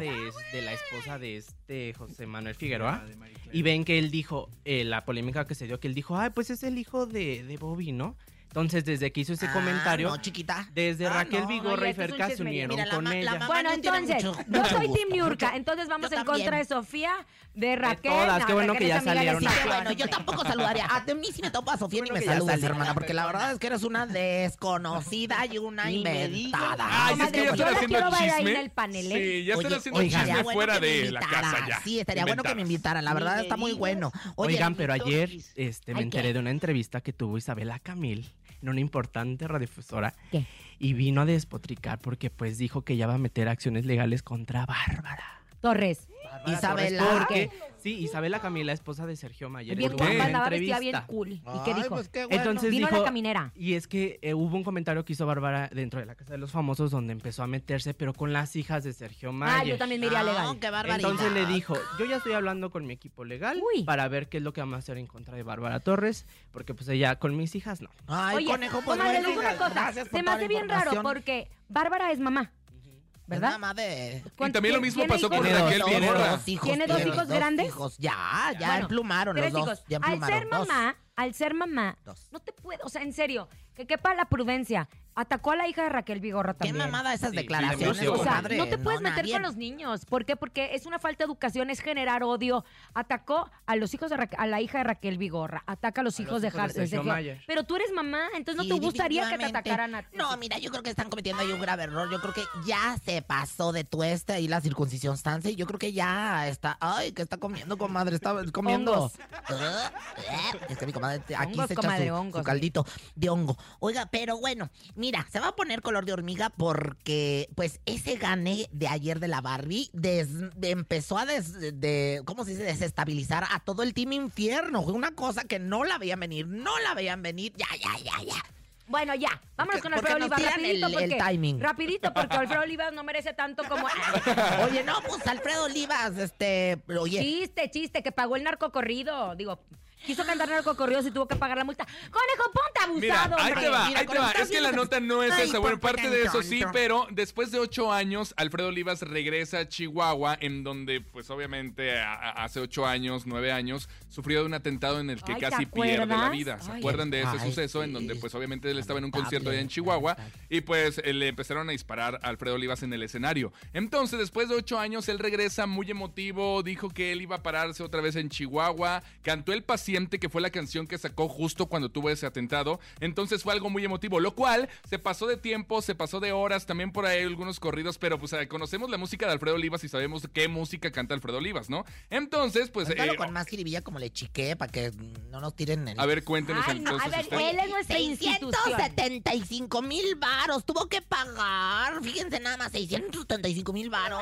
[SPEAKER 7] De, de la esposa de este José Manuel Figueroa. Y ven que él dijo, eh, la polémica que se dio, que él dijo, ay, pues es el hijo de, de Bobby, ¿no? Entonces, desde que hizo ese
[SPEAKER 3] Ah,
[SPEAKER 7] comentario,
[SPEAKER 3] No, chiquita.
[SPEAKER 7] desde
[SPEAKER 3] Ah,
[SPEAKER 7] Raquel
[SPEAKER 3] no.
[SPEAKER 7] Vigorra
[SPEAKER 2] Oye,
[SPEAKER 7] y
[SPEAKER 2] esto es un
[SPEAKER 7] Ferca se
[SPEAKER 2] chisme.
[SPEAKER 7] unieron
[SPEAKER 3] Mira, la
[SPEAKER 7] con
[SPEAKER 3] ma- la
[SPEAKER 7] ella.
[SPEAKER 3] ma-
[SPEAKER 2] Bueno,
[SPEAKER 3] Mamá New tiene
[SPEAKER 2] entonces,
[SPEAKER 3] mucho-
[SPEAKER 2] yo
[SPEAKER 3] mucho
[SPEAKER 2] soy
[SPEAKER 3] gusto,
[SPEAKER 2] Tim Niurka,
[SPEAKER 3] mucho.
[SPEAKER 2] entonces vamos
[SPEAKER 3] Yo
[SPEAKER 2] en
[SPEAKER 3] también.
[SPEAKER 2] contra de Sofía, de Raquel.
[SPEAKER 7] todas, qué bueno
[SPEAKER 2] Raquel
[SPEAKER 7] que
[SPEAKER 2] es
[SPEAKER 7] ya
[SPEAKER 2] amiga de
[SPEAKER 7] salieron
[SPEAKER 3] Sí,
[SPEAKER 2] Cintia,
[SPEAKER 7] acá.
[SPEAKER 3] qué bueno, yo
[SPEAKER 2] hombre.
[SPEAKER 3] tampoco saludaría. A de mí si me topo a Sofía ni me
[SPEAKER 7] que ya
[SPEAKER 3] saludas,
[SPEAKER 7] salieron,
[SPEAKER 3] hermana, porque la verdad es que eres una desconocida y una inventada.
[SPEAKER 4] Ay, es que
[SPEAKER 2] Comadre,
[SPEAKER 4] ya
[SPEAKER 2] yo la
[SPEAKER 4] están
[SPEAKER 2] quiero
[SPEAKER 4] haciendo
[SPEAKER 2] ver ahí
[SPEAKER 4] chisme.
[SPEAKER 2] en el panel, ¿eh?
[SPEAKER 4] Sí, ya están
[SPEAKER 3] Oye,
[SPEAKER 4] haciendo
[SPEAKER 3] oigan,
[SPEAKER 4] chisme
[SPEAKER 3] estaría bueno
[SPEAKER 4] fuera
[SPEAKER 3] que me
[SPEAKER 4] de la
[SPEAKER 3] invitaras.
[SPEAKER 4] casa ya.
[SPEAKER 3] Sí, estaría bueno que me invitaran. La verdad está muy bueno. Oye,
[SPEAKER 7] Oigan, pero ayer este, me
[SPEAKER 3] Ay, ¿qué?
[SPEAKER 7] enteré de una entrevista que tuvo Isabela Camil en una importante radiofusora.
[SPEAKER 2] ¿Qué?
[SPEAKER 7] Y vino a despotricar porque pues dijo que ya va a meter acciones legales contra Bárbara.
[SPEAKER 2] Torres.
[SPEAKER 3] Isabela.
[SPEAKER 7] Torres, porque-
[SPEAKER 2] Ah.
[SPEAKER 7] sí, Isabela Camila, esposa de Sergio Mayer.
[SPEAKER 2] Bien
[SPEAKER 7] estuvo en
[SPEAKER 2] guapa,
[SPEAKER 7] una
[SPEAKER 2] andaba vestida bien
[SPEAKER 7] entrevista.
[SPEAKER 2] cool. ¿Y pues qué dijo?
[SPEAKER 7] Entonces
[SPEAKER 2] Vino
[SPEAKER 7] dijo,
[SPEAKER 2] la caminera.
[SPEAKER 7] y es que eh, hubo un comentario que hizo Bárbara dentro de la Casa de los Famosos donde empezó a meterse, pero con las hijas de Sergio Mayer.
[SPEAKER 2] Ah, yo también me iría legal.
[SPEAKER 3] qué barbaridad.
[SPEAKER 7] Entonces le dijo, yo ya estoy hablando con mi equipo legal
[SPEAKER 2] Uy.
[SPEAKER 7] para ver qué es lo que vamos a hacer en contra de Bárbara Torres, porque pues ella con mis hijas no.
[SPEAKER 3] Ay,
[SPEAKER 2] Oye,
[SPEAKER 3] conejo, pues
[SPEAKER 2] comadre,
[SPEAKER 3] bueno,
[SPEAKER 2] le digo una
[SPEAKER 3] gracias
[SPEAKER 2] cosa,
[SPEAKER 3] por
[SPEAKER 2] se me
[SPEAKER 3] toda
[SPEAKER 2] hace
[SPEAKER 3] la
[SPEAKER 2] bien raro
[SPEAKER 3] información.
[SPEAKER 2] porque Bárbara es mamá,
[SPEAKER 3] Es
[SPEAKER 2] ¿verdad?
[SPEAKER 3] mamá de...
[SPEAKER 4] Y también lo mismo
[SPEAKER 2] ¿Tiene
[SPEAKER 4] pasó con
[SPEAKER 2] hijos?
[SPEAKER 3] Tiene
[SPEAKER 4] Raquel
[SPEAKER 3] dos,
[SPEAKER 4] Vigorra.
[SPEAKER 3] dos hijos,
[SPEAKER 2] ¿Tiene dos hijos grandes?
[SPEAKER 3] hijos. Ya, ya
[SPEAKER 2] Bueno,
[SPEAKER 3] emplumaron los
[SPEAKER 2] Tres
[SPEAKER 3] dos.
[SPEAKER 2] hijos.
[SPEAKER 3] Ya
[SPEAKER 2] Al
[SPEAKER 3] emplumaron
[SPEAKER 2] ser
[SPEAKER 3] dos.
[SPEAKER 2] mamá, al ser mamá,
[SPEAKER 3] Dos.
[SPEAKER 2] no te puedo, o sea, en serio, que quepa la prudencia. Atacó a la hija de Raquel Vigorra
[SPEAKER 3] Qué
[SPEAKER 2] también.
[SPEAKER 3] mamada esas
[SPEAKER 4] Sí,
[SPEAKER 3] declaraciones,
[SPEAKER 4] sí, le
[SPEAKER 2] O sea,
[SPEAKER 3] comadre.
[SPEAKER 2] no te puedes meter
[SPEAKER 3] nadie.
[SPEAKER 2] con los niños. ¿Por qué? Porque es una falta de educación, es generar odio. Atacó a los hijos de Raque- a la hija de Raquel Vigorra, ataca a los hijos
[SPEAKER 7] los
[SPEAKER 2] de
[SPEAKER 7] hijos de
[SPEAKER 2] Harper.
[SPEAKER 7] Sergio
[SPEAKER 2] Sergio.
[SPEAKER 7] Mayer.
[SPEAKER 2] Pero tú eres mamá, entonces no
[SPEAKER 3] Sí,
[SPEAKER 2] te gustaría que te
[SPEAKER 3] definitivamente.
[SPEAKER 2] atacaran a ti.
[SPEAKER 3] No, mira, yo creo que están cometiendo ahí un grave error. Yo creo que ya se pasó de tueste ahí la circuncisión Stance. Yo creo que ya está. Ay, que está comiendo, comadre. Está comiendo.
[SPEAKER 2] Hongos.
[SPEAKER 3] Ah, ah, Es que mi comadre te- aquí
[SPEAKER 2] Hongos,
[SPEAKER 3] se echa
[SPEAKER 2] comadre,
[SPEAKER 3] su, su
[SPEAKER 2] hongos.
[SPEAKER 3] caldito de hongo. Oiga, pero bueno, mira, se va a poner color de hormiga porque, pues, ese gane de ayer de la Barbie des- de- empezó a des- de- ¿cómo se dice? desestabilizar a todo el team infierno. Fue una cosa que no la veían venir, no la veían venir. Ya, ya, ya, ya.
[SPEAKER 2] Bueno, ya. Vámonos con Alfredo
[SPEAKER 3] porque nos
[SPEAKER 2] Olivas.
[SPEAKER 3] tiran el-
[SPEAKER 2] Rapidito,
[SPEAKER 3] el
[SPEAKER 2] porque,
[SPEAKER 3] timing.
[SPEAKER 2] Rapidito, porque Alfredo Olivas no merece tanto como...
[SPEAKER 3] Oye, no, pues Alfredo Olivas, este, oye.
[SPEAKER 2] Chiste, chiste, que pagó el narco corrido. Digo, quiso cantar narco corrido si tuvo que pagar la multa. Conejo, ponte
[SPEAKER 4] Mira,
[SPEAKER 2] abusado,
[SPEAKER 4] ahí
[SPEAKER 2] hombre.
[SPEAKER 4] te va,
[SPEAKER 2] Mira,
[SPEAKER 4] ahí te
[SPEAKER 2] conejo,
[SPEAKER 4] va.
[SPEAKER 2] estás
[SPEAKER 4] Es que la
[SPEAKER 2] viendo
[SPEAKER 4] nota no es
[SPEAKER 2] Ay,
[SPEAKER 4] esa. Bueno,
[SPEAKER 2] por
[SPEAKER 4] parte de eso sí,
[SPEAKER 2] tanto.
[SPEAKER 4] pero después de ocho años, Alfredo Olivas regresa a Chihuahua, en donde, pues obviamente, a- a- hace ocho años, nueve años, sufrió de un atentado en el que
[SPEAKER 2] Ay, ¿te
[SPEAKER 4] casi pierde la
[SPEAKER 2] acuerdas?
[SPEAKER 4] vida. ¿Se
[SPEAKER 2] Ay.
[SPEAKER 4] acuerdan de ese
[SPEAKER 3] Ay,
[SPEAKER 4] suceso? En
[SPEAKER 3] sí.
[SPEAKER 4] donde, pues obviamente, él estaba en un concierto allá en Chihuahua y pues eh, le empezaron a disparar a Alfredo Olivas en el escenario. Entonces, después de ocho años, él regresa muy emotivo, dijo que él iba a pararse otra vez en Chihuahua, cantó El Paciente, que fue la canción que sacó justo cuando tuvo ese atentado. Entonces fue algo muy emotivo, lo cual se pasó de tiempo, se pasó de horas, también por ahí algunos corridos, pero pues eh, conocemos la música de Alfredo Olivas y sabemos qué música canta Alfredo Olivas, ¿no? Entonces, pues...
[SPEAKER 3] Cuéntalo
[SPEAKER 4] eh,
[SPEAKER 3] con más jiribilla como le chiqué para que no nos tiren el...
[SPEAKER 4] a ver, cuéntenos
[SPEAKER 2] Ay, no, a
[SPEAKER 4] entonces.
[SPEAKER 2] ver,
[SPEAKER 4] ustedes.
[SPEAKER 2] él es nuestra institución.
[SPEAKER 3] 675 mil varos tuvo que pagar. Fíjense nada más, 675 mil varos.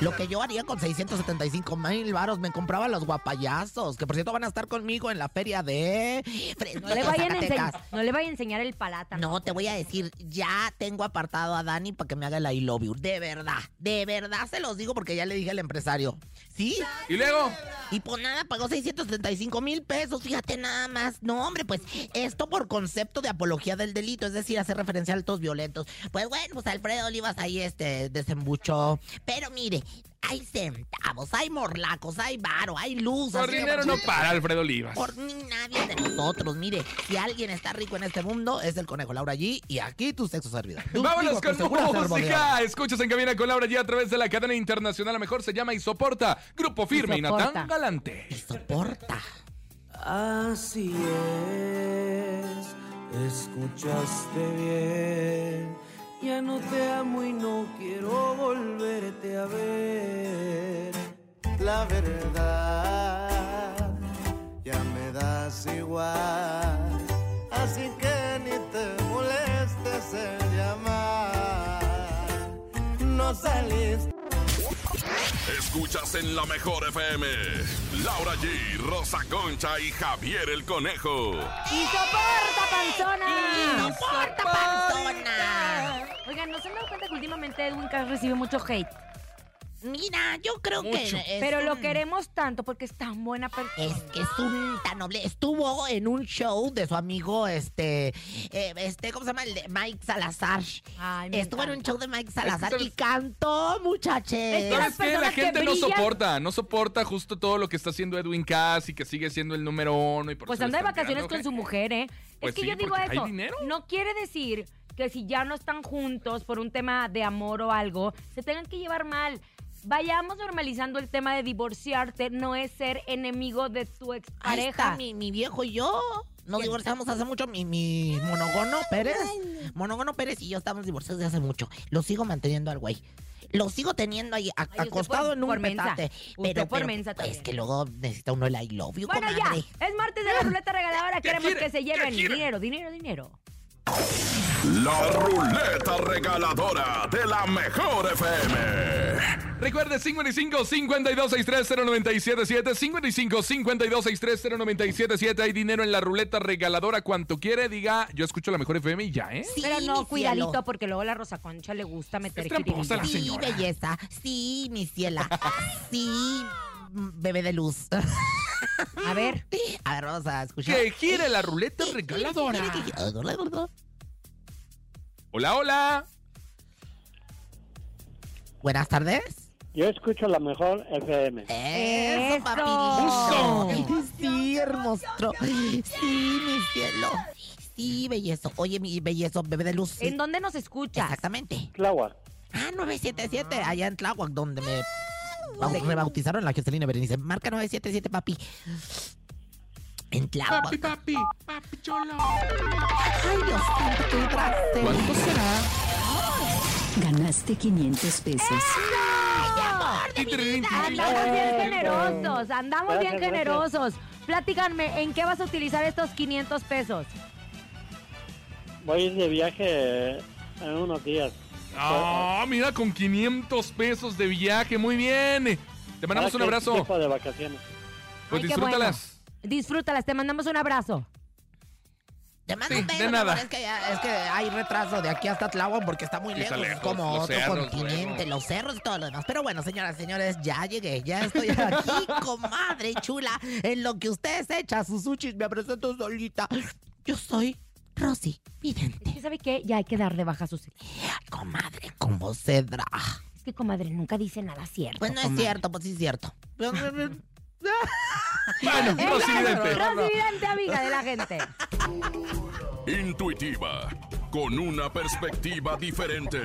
[SPEAKER 3] Lo que yo haría con 675 mil varos, me compraba los guapayazos, que por cierto van a estar conmigo en la feria de Fresno,
[SPEAKER 2] No le, vayan a
[SPEAKER 3] Zacatecas.
[SPEAKER 2] enseñar, no le vaya a enseñar el palátano.
[SPEAKER 3] No, te voy a decir, ya tengo apartado a Dani para que me haga el I love you. De verdad, de verdad se los digo porque ya le dije al empresario. ¿Sí?
[SPEAKER 4] Y luego...
[SPEAKER 3] Y pues nada, pagó 675 mil pesos, fíjate nada más. No, hombre, pues esto por concepto de apología del delito, es decir, hacer referencia a actos violentos. Pues bueno, pues Alfredo Olivas ahí este desembuchó. Pero mire, hay centavos, hay morlacos, hay varo, hay luz.
[SPEAKER 4] Por
[SPEAKER 3] así de
[SPEAKER 4] dinero no
[SPEAKER 3] bonito.
[SPEAKER 4] para Alfredo Olivas.
[SPEAKER 3] Por mí nadie de nosotros, mire, si alguien está rico en este mundo es el conejo Laura G y aquí tu sexo servidor. Tus
[SPEAKER 4] Vámonos
[SPEAKER 3] hijos, tus
[SPEAKER 4] con
[SPEAKER 3] seguras servodeadas.
[SPEAKER 4] música. Escuchas en cabina con Laura G a través de la cadena internacional. A mejor se llama y soporta. Grupo firme y
[SPEAKER 2] Soporta.
[SPEAKER 4] Natán Galante.
[SPEAKER 3] Y soporta.
[SPEAKER 5] Así es, escuchaste bien. Ya no te amo y no quiero volverte a ver. La verdad, ya me das igual. Así que ni te molestes en llamar. No saliste.
[SPEAKER 1] Escuchas en la mejor FM. Laura G, Rosa Concha y Javier el Conejo.
[SPEAKER 2] ¡Y soporta, panzona!
[SPEAKER 3] ¡Soporta, panzona!
[SPEAKER 2] Oigan, ¿no se han dado cuenta que últimamente Edwin Cass recibe mucho hate?
[SPEAKER 3] Mira, yo creo
[SPEAKER 4] Mucho.
[SPEAKER 3] que. es
[SPEAKER 2] pero lo
[SPEAKER 3] un-
[SPEAKER 2] queremos tanto porque es tan buena persona.
[SPEAKER 3] Es que es un tan noble. Estuvo en un show de su amigo, este, eh, este, ¿cómo se llama? El de Mike Salazar.
[SPEAKER 2] Ay, me
[SPEAKER 3] Estuvo en un
[SPEAKER 2] encanta.
[SPEAKER 3] show de Mike Salazar
[SPEAKER 4] sabes-
[SPEAKER 3] y cantó,
[SPEAKER 2] Es que-
[SPEAKER 3] muchaches.
[SPEAKER 4] ¿Sabes qué? La
[SPEAKER 2] personas que
[SPEAKER 4] gente no
[SPEAKER 2] brillan-
[SPEAKER 4] soporta, no soporta justo todo lo que está haciendo Edwin Cass y que sigue siendo el número uno. Y por
[SPEAKER 2] Pues
[SPEAKER 4] eso le
[SPEAKER 2] anda de
[SPEAKER 4] están
[SPEAKER 2] vacaciones
[SPEAKER 4] tirando,
[SPEAKER 2] con su
[SPEAKER 4] ¿ok?
[SPEAKER 2] mujer, ¿eh?
[SPEAKER 4] Pues
[SPEAKER 2] es que
[SPEAKER 4] sí,
[SPEAKER 2] yo digo
[SPEAKER 4] porque hay
[SPEAKER 2] eso.
[SPEAKER 4] dinero.
[SPEAKER 2] No quiere decir que si ya no están juntos por un tema de amor o algo, se tengan que llevar mal. Vayamos normalizando el tema de divorciarte, no es ser enemigo de tu
[SPEAKER 3] Ahí está
[SPEAKER 2] expareja.
[SPEAKER 3] mi, mi viejo y yo. Nos divorciamos hace mucho, mi, mi monogono Pérez. Monogono Pérez y yo estamos divorciados de hace mucho. Lo sigo manteniendo al güey. Lo sigo teniendo ahí, a-
[SPEAKER 2] Ay, usted
[SPEAKER 3] acostado
[SPEAKER 2] por-
[SPEAKER 3] en un
[SPEAKER 2] por mensa.
[SPEAKER 3] petate.
[SPEAKER 2] Usted por mensa
[SPEAKER 3] pues,
[SPEAKER 2] también.
[SPEAKER 3] que luego necesita uno el I love you,
[SPEAKER 2] Bueno, ya,
[SPEAKER 3] comadre.
[SPEAKER 2] es martes de la ruleta regaladora. Queremos
[SPEAKER 4] quiere,
[SPEAKER 2] que se
[SPEAKER 4] te
[SPEAKER 2] lleven
[SPEAKER 4] quiere.
[SPEAKER 2] dinero, dinero, dinero.
[SPEAKER 1] La ruleta regaladora de la mejor FM.
[SPEAKER 4] Recuerde 55 52 630 977 55 52 630 977 Hay dinero en la ruleta regaladora. Cuanto quiere, diga, yo escucho la mejor FM y ya, ¿eh?
[SPEAKER 3] Sí,
[SPEAKER 2] Pero
[SPEAKER 3] mi cielo.
[SPEAKER 2] no, cuidadito, porque luego la Rosa Concha le gusta meter
[SPEAKER 4] tramposa la
[SPEAKER 2] jiribilla.
[SPEAKER 3] Sí,
[SPEAKER 4] señora.
[SPEAKER 3] belleza. Sí, mi ciela. Sí, mm, bebé de luz.
[SPEAKER 2] A ver,
[SPEAKER 3] A ver, vamos a escuchar.
[SPEAKER 4] Que gire la ruleta regaladora. Hola, hola.
[SPEAKER 3] Buenas tardes.
[SPEAKER 6] Yo escucho la mejor FM.
[SPEAKER 3] Eso,
[SPEAKER 2] Eso.
[SPEAKER 3] papilito. Sí, hermoso. Sí, mi cielo. Sí, bellezo. Oye, mi bellezo, bebé de luz.
[SPEAKER 2] ¿en dónde nos escuchas?
[SPEAKER 3] Exactamente.
[SPEAKER 6] Tláhuac.
[SPEAKER 3] Ah, 977, allá en Tláhuac, donde me
[SPEAKER 4] Ah,
[SPEAKER 3] bau- rebautizaron la Gestelina Berenice. Marca 977, papi. En Tláhuac.
[SPEAKER 4] Papi, papi, papi cholo.
[SPEAKER 3] Ay, Dios santo, qué traste.
[SPEAKER 4] ¿Cuánto será?
[SPEAKER 11] Ganaste 500 pesos.
[SPEAKER 2] Andamos bien generosos, andamos
[SPEAKER 6] Gracias,
[SPEAKER 2] bien
[SPEAKER 6] gracias.
[SPEAKER 2] generosos. Platícanme, ¿en qué vas a utilizar estos 500 pesos?
[SPEAKER 6] Voy a ir de viaje en unos días.
[SPEAKER 4] Ah, mira, con 500 pesos de viaje, muy bien. Te mandamos un
[SPEAKER 6] Ahora que es
[SPEAKER 4] abrazo.
[SPEAKER 6] tiempo de vacaciones.
[SPEAKER 4] Pues
[SPEAKER 2] Ay, qué
[SPEAKER 4] disfrútalas.
[SPEAKER 2] bueno. Disfrútalas, te mandamos un abrazo.
[SPEAKER 3] Te mando
[SPEAKER 4] Sí,
[SPEAKER 3] un beso,
[SPEAKER 4] de
[SPEAKER 3] mi amor,
[SPEAKER 4] nada.
[SPEAKER 3] Es que, ya- es que hay retraso de aquí hasta Tlahuan porque está muy
[SPEAKER 4] Sí, está
[SPEAKER 3] lejos. Es
[SPEAKER 4] lejos,
[SPEAKER 3] como
[SPEAKER 4] los
[SPEAKER 3] otro
[SPEAKER 4] cerros,
[SPEAKER 3] continente,
[SPEAKER 4] luego.
[SPEAKER 3] los cerros y todo lo demás. Pero bueno, señoras y señores, ya llegué. Ya estoy aquí, comadre chula. En lo que ustedes echan sus sushis, me presento solita. Yo soy Rosy, vidente.
[SPEAKER 2] Es que, ¿sabe qué? Ya hay que dar de baja sus...
[SPEAKER 3] Comadre, como cedra.
[SPEAKER 2] Es que, comadre, nunca dice nada cierto.
[SPEAKER 3] Pues no es
[SPEAKER 2] comadre.
[SPEAKER 3] cierto, pues sí es cierto.
[SPEAKER 4] Bueno,
[SPEAKER 2] Ella
[SPEAKER 4] Rosy
[SPEAKER 2] es
[SPEAKER 4] Vidente.
[SPEAKER 2] Rosy Vidente, amiga de la gente.
[SPEAKER 1] Intuitiva, con una perspectiva diferente.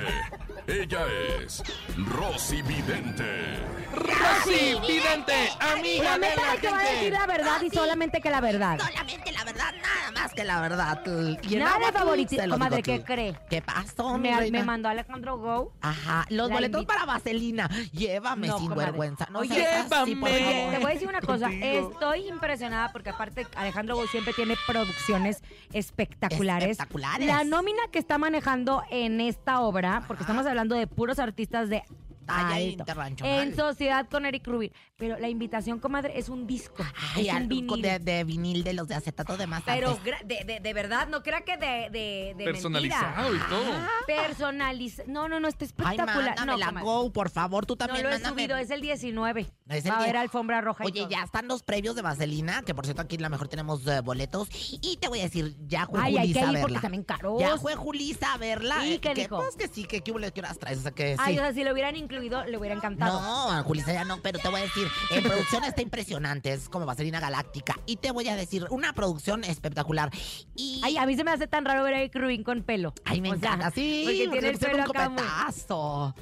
[SPEAKER 1] Ella es Rosy Vidente.
[SPEAKER 4] Rosy Vidente, amiga
[SPEAKER 2] La
[SPEAKER 4] de
[SPEAKER 2] meta
[SPEAKER 4] la
[SPEAKER 2] es que va a decir
[SPEAKER 4] gente.
[SPEAKER 2] la verdad
[SPEAKER 3] Ah,
[SPEAKER 2] y solamente que la verdad.
[SPEAKER 3] Solamente la verdad, nada más que la verdad. Y
[SPEAKER 2] Nada de
[SPEAKER 3] en náhuatl se
[SPEAKER 2] favoritismo.
[SPEAKER 3] lo digo
[SPEAKER 2] Comadre, ¿qué
[SPEAKER 3] aquí.
[SPEAKER 2] cree?
[SPEAKER 3] ¿Qué pasó, mi
[SPEAKER 2] Me,
[SPEAKER 3] reina?
[SPEAKER 2] me mandó Alejandro Go.
[SPEAKER 3] Ajá, los
[SPEAKER 2] La
[SPEAKER 3] boletos
[SPEAKER 2] invita-
[SPEAKER 3] para Vaselina. Llévame
[SPEAKER 2] No,
[SPEAKER 3] sin
[SPEAKER 2] comadre.
[SPEAKER 3] vergüenza. No
[SPEAKER 2] Oye,
[SPEAKER 3] seas así, por
[SPEAKER 2] Oye,
[SPEAKER 3] favor.
[SPEAKER 2] te voy a decir una cosa. Estoy impresionada porque aparte Alejandro Gou siempre tiene producciones espectaculares.
[SPEAKER 3] Espectaculares.
[SPEAKER 2] La nómina que está manejando en esta obra, porque estamos hablando de puros artistas de
[SPEAKER 3] Talla
[SPEAKER 2] alto,
[SPEAKER 3] internacional.
[SPEAKER 2] en sociedad con Eric Rubin. Pero la invitación, comadre, es un disco,
[SPEAKER 3] Ay,
[SPEAKER 2] es un
[SPEAKER 3] al-
[SPEAKER 2] vinil.
[SPEAKER 3] de, de vinil de los de acetato de pues. más
[SPEAKER 2] Pero gra- de, de- de verdad, no crea que de, de, de
[SPEAKER 4] Personalizado y todo.
[SPEAKER 2] Personalizado. No, no, no, está
[SPEAKER 3] Ay,
[SPEAKER 2] espectacular. no,
[SPEAKER 3] mándame la
[SPEAKER 2] comadre.
[SPEAKER 3] Go, por favor, tú
[SPEAKER 2] No
[SPEAKER 3] también
[SPEAKER 2] lo he
[SPEAKER 3] mándame.
[SPEAKER 2] subido, es el 19.
[SPEAKER 3] No, es el
[SPEAKER 2] Va a
[SPEAKER 3] 10.
[SPEAKER 2] haber alfombra roja y
[SPEAKER 3] Oye,
[SPEAKER 2] todo.
[SPEAKER 3] ya están los previos de Vaselina, que por cierto aquí en la mejor tenemos eh, boletos. Y te voy a decir, ya fue
[SPEAKER 2] Ay, hay que
[SPEAKER 3] Julisa a
[SPEAKER 2] ir porque
[SPEAKER 3] verla.
[SPEAKER 2] también caro.
[SPEAKER 3] Ya fue Julisa a verla.
[SPEAKER 2] ¿Y
[SPEAKER 3] eh,
[SPEAKER 2] qué
[SPEAKER 3] que,
[SPEAKER 2] dijo?
[SPEAKER 3] pues, que sí, que qué boletos horas traes. O sea que sí.
[SPEAKER 2] Ay, o sea, si lo hubieran incluido, le hubiera encantado.
[SPEAKER 3] No, a Julisa ya no, pero te voy a decir, en producción está impresionante, es como Vaselina Galáctica. Y te voy a decir, una producción espectacular. Y
[SPEAKER 2] Ay, a mí se me hace tan raro ver a Eric Rubin con pelo.
[SPEAKER 3] ay, me
[SPEAKER 2] O sea,
[SPEAKER 3] encanta, sí,
[SPEAKER 2] Porque tiene
[SPEAKER 3] le
[SPEAKER 2] el
[SPEAKER 3] pusieron
[SPEAKER 2] pelo
[SPEAKER 3] un
[SPEAKER 2] acá muy-
[SPEAKER 3] copetazo.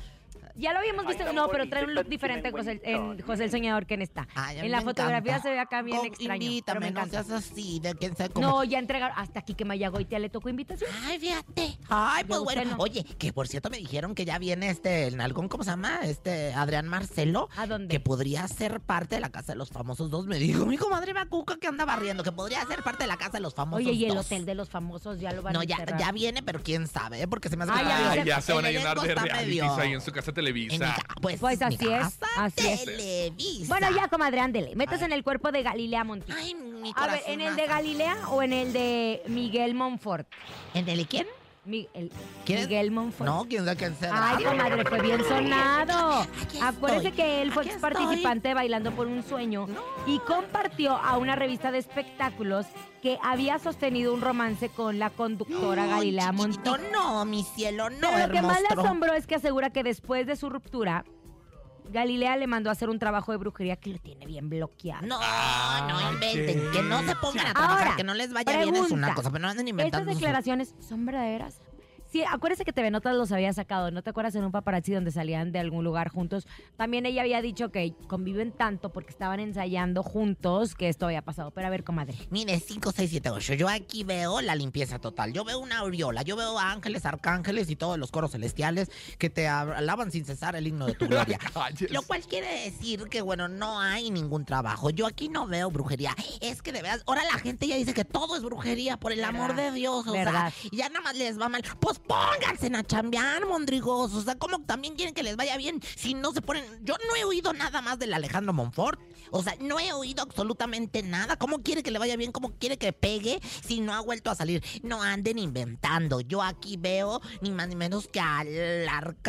[SPEAKER 2] Ya lo habíamos visto.
[SPEAKER 6] tan
[SPEAKER 2] No, pero trae un
[SPEAKER 6] bonito,
[SPEAKER 2] look diferente
[SPEAKER 6] tan
[SPEAKER 2] José, en José el Soñador que en esta.
[SPEAKER 3] Ay, a mí
[SPEAKER 2] en la
[SPEAKER 3] me
[SPEAKER 2] fotografía
[SPEAKER 3] encanta.
[SPEAKER 2] se ve acá bien
[SPEAKER 3] Go,
[SPEAKER 2] extraño. pero me
[SPEAKER 3] Invítame, no
[SPEAKER 2] encanta.
[SPEAKER 3] seas así, de quién sé cómo.
[SPEAKER 2] No, ya entregaron. Hasta aquí que Mayagoitia le tocó invitación.
[SPEAKER 3] Ay, fíjate. Ay, pues
[SPEAKER 2] Yo
[SPEAKER 3] bueno.
[SPEAKER 2] usted no.
[SPEAKER 3] Oye, que por cierto me dijeron que ya viene este, el nalgón, ¿cómo se llama? Este, Adrián Marcelo.
[SPEAKER 2] ¿A dónde?
[SPEAKER 3] Que podría ser parte de la Casa de los Famosos dos. Me dijo mi comadre Macuca que anda barriendo, que podría ser parte de la Casa de los Famosos
[SPEAKER 2] Oye, y el
[SPEAKER 3] dos.
[SPEAKER 2] hotel de los famosos ya lo van
[SPEAKER 3] No,
[SPEAKER 2] a
[SPEAKER 3] ya,
[SPEAKER 2] cerrar.
[SPEAKER 3] ya viene, pero quién sabe, ¿eh? porque se me hace
[SPEAKER 2] Ay,
[SPEAKER 3] que
[SPEAKER 2] a mí
[SPEAKER 4] Ay,
[SPEAKER 2] se-
[SPEAKER 4] Ah, ya se van a
[SPEAKER 3] el
[SPEAKER 4] llenar de
[SPEAKER 3] elenco está
[SPEAKER 4] realities
[SPEAKER 3] medio-
[SPEAKER 4] ahí en su casa
[SPEAKER 3] en mi
[SPEAKER 4] Televisa.
[SPEAKER 3] ca- pues,
[SPEAKER 2] Pues
[SPEAKER 3] mi
[SPEAKER 2] así es,
[SPEAKER 3] casa
[SPEAKER 2] así es.
[SPEAKER 3] Televisa.
[SPEAKER 2] Bueno, ya, comadre, ándele. Métase en el cuerpo de Galilea Montijo.
[SPEAKER 3] Ay, mi
[SPEAKER 2] A
[SPEAKER 3] corazón.
[SPEAKER 2] ver, ¿en el de
[SPEAKER 3] asa.
[SPEAKER 2] Galilea o en el de Miguel Monfort?
[SPEAKER 3] ¿En el de quién?
[SPEAKER 2] Mi- el-
[SPEAKER 3] ¿Quién es?
[SPEAKER 2] Miguel Monfort.
[SPEAKER 3] No, quién sabe quién será.
[SPEAKER 2] Ay, comadre, fue bien sonado.
[SPEAKER 3] Aquí estoy.
[SPEAKER 2] Acuérdese que él fue
[SPEAKER 3] Aquí
[SPEAKER 2] ex
[SPEAKER 3] estoy.
[SPEAKER 2] participante de Bailando por un Sueño y compartió a una revista de espectáculos que había sostenido un romance con la conductora
[SPEAKER 3] Ay,
[SPEAKER 2] Galilea
[SPEAKER 3] chiquito,
[SPEAKER 2] Montijo.
[SPEAKER 3] No, mi cielo, no.
[SPEAKER 2] Pero lo que más le
[SPEAKER 3] hermostro.
[SPEAKER 2] asombró es que asegura que después de su ruptura, Galilea le mandó a hacer un trabajo de brujería que lo tiene bien bloqueado.
[SPEAKER 3] No, no inventen. Que no se pongan a trabajar,
[SPEAKER 2] Ahora,
[SPEAKER 3] que no les vaya bien es una
[SPEAKER 2] pregunta.
[SPEAKER 3] cosa, pero no anden
[SPEAKER 2] Estas
[SPEAKER 3] inventando. sus-
[SPEAKER 2] declaraciones son verdaderas. Sí, acuérdese que TV Notas los había sacado, ¿no te acuerdas en un paparazzi donde salían de algún lugar juntos? También ella había dicho que conviven tanto porque estaban ensayando juntos que esto había pasado. Pero a ver, comadre.
[SPEAKER 3] Mire, 5, 6, 7, 8. Yo aquí veo la limpieza total. Yo veo una aureola. Yo veo ángeles, arcángeles y todos los coros celestiales que te alaban sin cesar el himno de tu gloria. Lo cual quiere decir que, bueno, no hay ningún trabajo. Yo aquí no veo brujería. Es que de verdad, ahora la gente ya dice que todo es brujería, por el amor de Dios. O
[SPEAKER 2] Verdad.
[SPEAKER 3] sea, ya nada más les va mal. Pues pónganse a chambear, mondrigos. O sea, ¿cómo también quieren que les vaya bien si no se ponen? Yo no he oído nada más del Alejandro Monfort. O sea, no he oído absolutamente nada. ¿Cómo quiere que le vaya bien? ¿Cómo quiere que pegue si no ha vuelto a salir? No anden inventando. Yo aquí veo ni más ni menos que al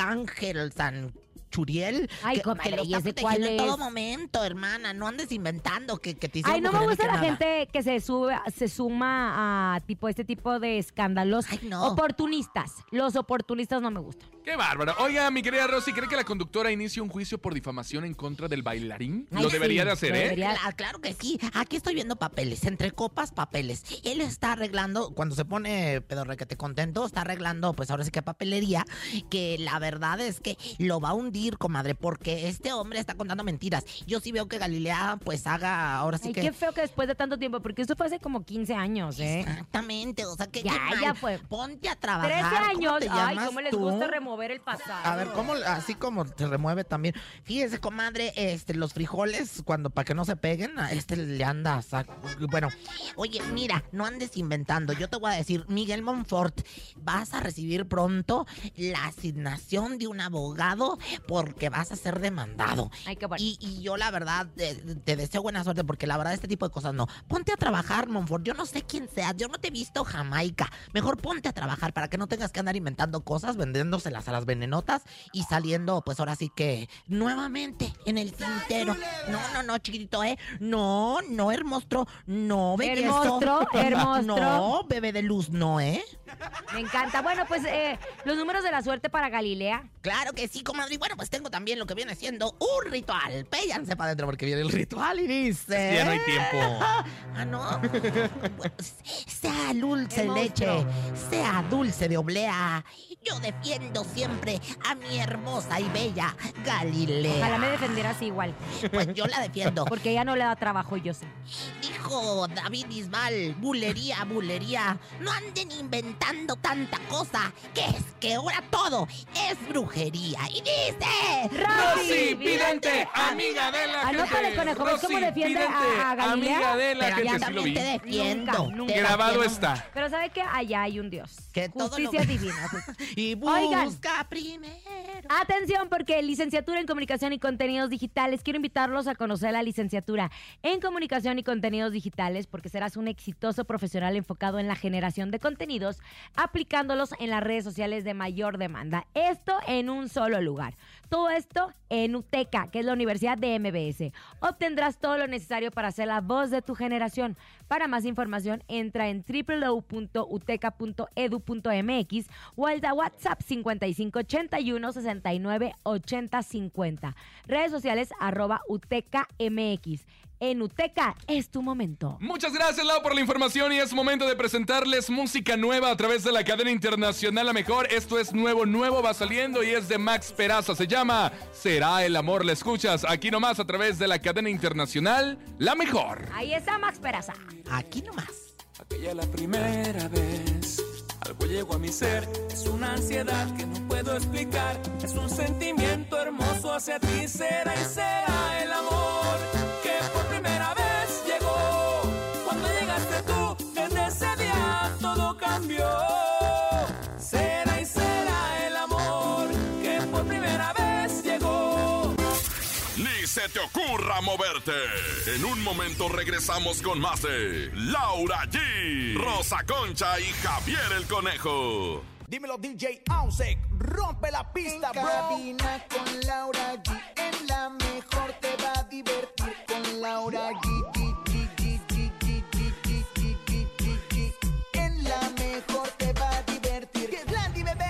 [SPEAKER 3] arcángel San Churiel.
[SPEAKER 2] Ay,
[SPEAKER 3] que,
[SPEAKER 2] comadre,
[SPEAKER 3] que lo
[SPEAKER 2] ¿y
[SPEAKER 3] está
[SPEAKER 2] ese cuál
[SPEAKER 3] protegiendo en todo
[SPEAKER 2] es?
[SPEAKER 3] momento, hermana. No andes inventando que, que te hicieron
[SPEAKER 2] Ay, no me gusta
[SPEAKER 3] brujería ni que
[SPEAKER 2] la
[SPEAKER 3] nada.
[SPEAKER 2] gente que se sube, se suma a tipo este tipo de escándalos.
[SPEAKER 3] Ay, no.
[SPEAKER 2] Oportunistas. Los oportunistas no me gustan.
[SPEAKER 4] Qué bárbara. Oiga, mi querida Rosy, ¿cree que la conductora inicie un juicio por difamación en contra del bailarín?
[SPEAKER 2] Ay,
[SPEAKER 4] Lo
[SPEAKER 2] sí,
[SPEAKER 4] debería de hacer,
[SPEAKER 2] lo
[SPEAKER 4] ¿eh?
[SPEAKER 2] debería-
[SPEAKER 3] Cla- ah, claro que sí. Aquí estoy viendo papeles, entre copas, papeles. Él está arreglando, cuando se pone pedorre que te contento, está arreglando, pues ahora sí que papelería, que la verdad es que lo va a hundir, comadre, porque este hombre está contando mentiras. Yo sí veo que Galilea, pues haga ahora sí
[SPEAKER 2] Ay,
[SPEAKER 3] que.
[SPEAKER 2] qué feo que después de tanto tiempo, porque esto fue hace como 15 años, ¿eh?
[SPEAKER 3] Exactamente, o sea que.
[SPEAKER 2] Ya,
[SPEAKER 3] qué mal.
[SPEAKER 2] ya fue.
[SPEAKER 3] Ponte a trabajar.
[SPEAKER 2] 13
[SPEAKER 3] ¿cómo
[SPEAKER 2] años.
[SPEAKER 3] te
[SPEAKER 2] Ay,
[SPEAKER 3] llamas
[SPEAKER 2] cómo les
[SPEAKER 3] tú?
[SPEAKER 2] gusta remover el pasado.
[SPEAKER 3] A ver, ¿cómo, así como se remueve también? Fíjese, comadre, este, los frijoles, cuando para que no se peguen, a este le anda a sac- Bueno, oye, mira, no andes inventando. Yo te voy a decir, Miguel Monfort, vas a recibir pronto la asignación de un abogado porque vas a ser demandado.
[SPEAKER 2] Ay, qué bueno.
[SPEAKER 3] Y, y yo, la verdad, te, te deseo buena suerte porque la verdad, este tipo de cosas no. Ponte a trabajar, Monfort. Yo no sé quién seas. Yo no te he visto Jamaica. Mejor ponte a trabajar para que no tengas que andar inventando cosas, vendiéndoselas a las venenotas y saliendo, pues ahora sí que nuevamente en el tintero. No, no, no, chiquitito, ¿eh? No, no, hermostro. No, belleza.
[SPEAKER 2] Hermostro, hermostro.
[SPEAKER 3] No, bebé de luz, no, ¿eh?
[SPEAKER 2] Me encanta. Bueno, pues eh, los números de la suerte para Galilea.
[SPEAKER 3] Claro que sí, comadre. Y bueno, pues tengo también lo que viene siendo un ritual. Péyanse para adentro porque viene el ritual y dice.
[SPEAKER 4] Ya no hay tiempo.
[SPEAKER 3] Ah, no. Pues, sea dulce de leche, sea dulce de oblea. Yo defiendo siempre a mi hermosa y bella
[SPEAKER 2] Ojalá me
[SPEAKER 3] Galilea.
[SPEAKER 2] defendieras igual,
[SPEAKER 3] Pues yo la defiendo.
[SPEAKER 2] porque ella no le da trabajo, yo sé.
[SPEAKER 3] Hijo David Isbal, bulería, bulería. No anden inventando tanta cosa, que es que ahora todo es brujería. Y dice.
[SPEAKER 4] Rosy Vidente, amiga de la
[SPEAKER 2] Anótale,
[SPEAKER 4] gente.
[SPEAKER 2] conejo, ¿ves cómo
[SPEAKER 4] Rosy
[SPEAKER 2] defiende a-
[SPEAKER 4] Vidente,
[SPEAKER 2] a Galilea?
[SPEAKER 4] Amiga de la
[SPEAKER 3] Pero
[SPEAKER 4] gente,
[SPEAKER 3] yo
[SPEAKER 4] sí lo vi.
[SPEAKER 3] también te defiendo.
[SPEAKER 2] Nunca, nunca.
[SPEAKER 3] te
[SPEAKER 4] Grabado
[SPEAKER 3] defiendo.
[SPEAKER 4] está.
[SPEAKER 2] Pero ¿sabe qué? Allá hay un Dios.
[SPEAKER 3] Que todo lo
[SPEAKER 2] Justicia
[SPEAKER 3] ve.
[SPEAKER 2] divina.
[SPEAKER 3] Y
[SPEAKER 2] Oigan.
[SPEAKER 3] busca primero.
[SPEAKER 2] Atención, porque licenciatura en comunicación y contenidos digitales. Quiero invitarlos a conocer la licenciatura en comunicación y contenidos digitales, porque serás un exitoso profesional enfocado en la generación de contenidos, aplicándolos en las redes sociales de mayor demanda. Esto en un solo lugar. Todo esto en UTECA, que es la Universidad de MBS. Obtendrás todo lo necesario para ser la voz de tu generación. Para más información, entra en www.uteca.edu.mx o al da WhatsApp 5581 69 80 50. Redes sociales arroba UTECA MX. En UTECA es tu momento.
[SPEAKER 4] Muchas gracias, Lau, por la información y es momento de presentarles música nueva a través de la cadena internacional La Mejor. Esto es nuevo, nuevo, va saliendo y es de Max Peraza. Se llama Será el amor. La escuchas aquí nomás a través de la cadena internacional La Mejor.
[SPEAKER 2] Ahí está Max Peraza.
[SPEAKER 3] Aquí nomás.
[SPEAKER 12] Aquella la primera vez, algo llegó a mi ser. Es una ansiedad que no puedo explicar. Es un sentimiento hermoso hacia ti. Será y será el amor que por primera vez llegó. Cuando llegaste tú, desde ese día todo cambió. Será y será el amor que por primera vez llegó.
[SPEAKER 1] Ni se te ocurra moverte. En un momento regresamos con más de Laura G, Rosa Concha y Javier el Conejo.
[SPEAKER 13] Dímelo DJ Ausek, rompe la pista, bro. Cabina con Laura G, en la mejor te va a divertir con Laura G. G, G, G, G, G, G, G, G, G, G, G. En la mejor te va a divertir. ¡Que Landy, bebé!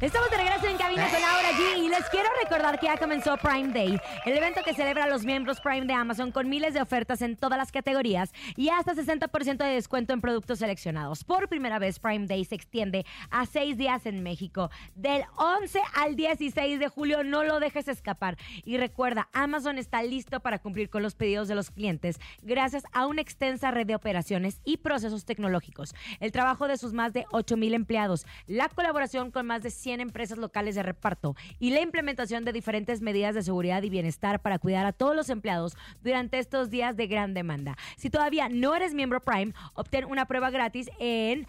[SPEAKER 2] Estamos de regreso en cabina con Laura G y les quiero recordar que ya comenzó Prime Day, el evento que celebra a los miembros Prime de Amazon con miles de ofertas en todas las categorías y hasta 60% de descuento en productos seleccionados. Por primera vez Prime Day se extiende a seis días en México, del 11 al 16 de julio. No lo dejes escapar y recuerda, Amazon está listo para cumplir con los pedidos de los clientes gracias a una extensa red de operaciones y procesos tecnológicos, el trabajo de sus más de 8 mil empleados, la colaboración con más de 100 empresas locales de reparto y la implementación de diferentes medidas de seguridad y bienestar para cuidar a todos los empleados durante estos días de gran demanda. Si todavía no eres miembro Prime, obtén una prueba gratis en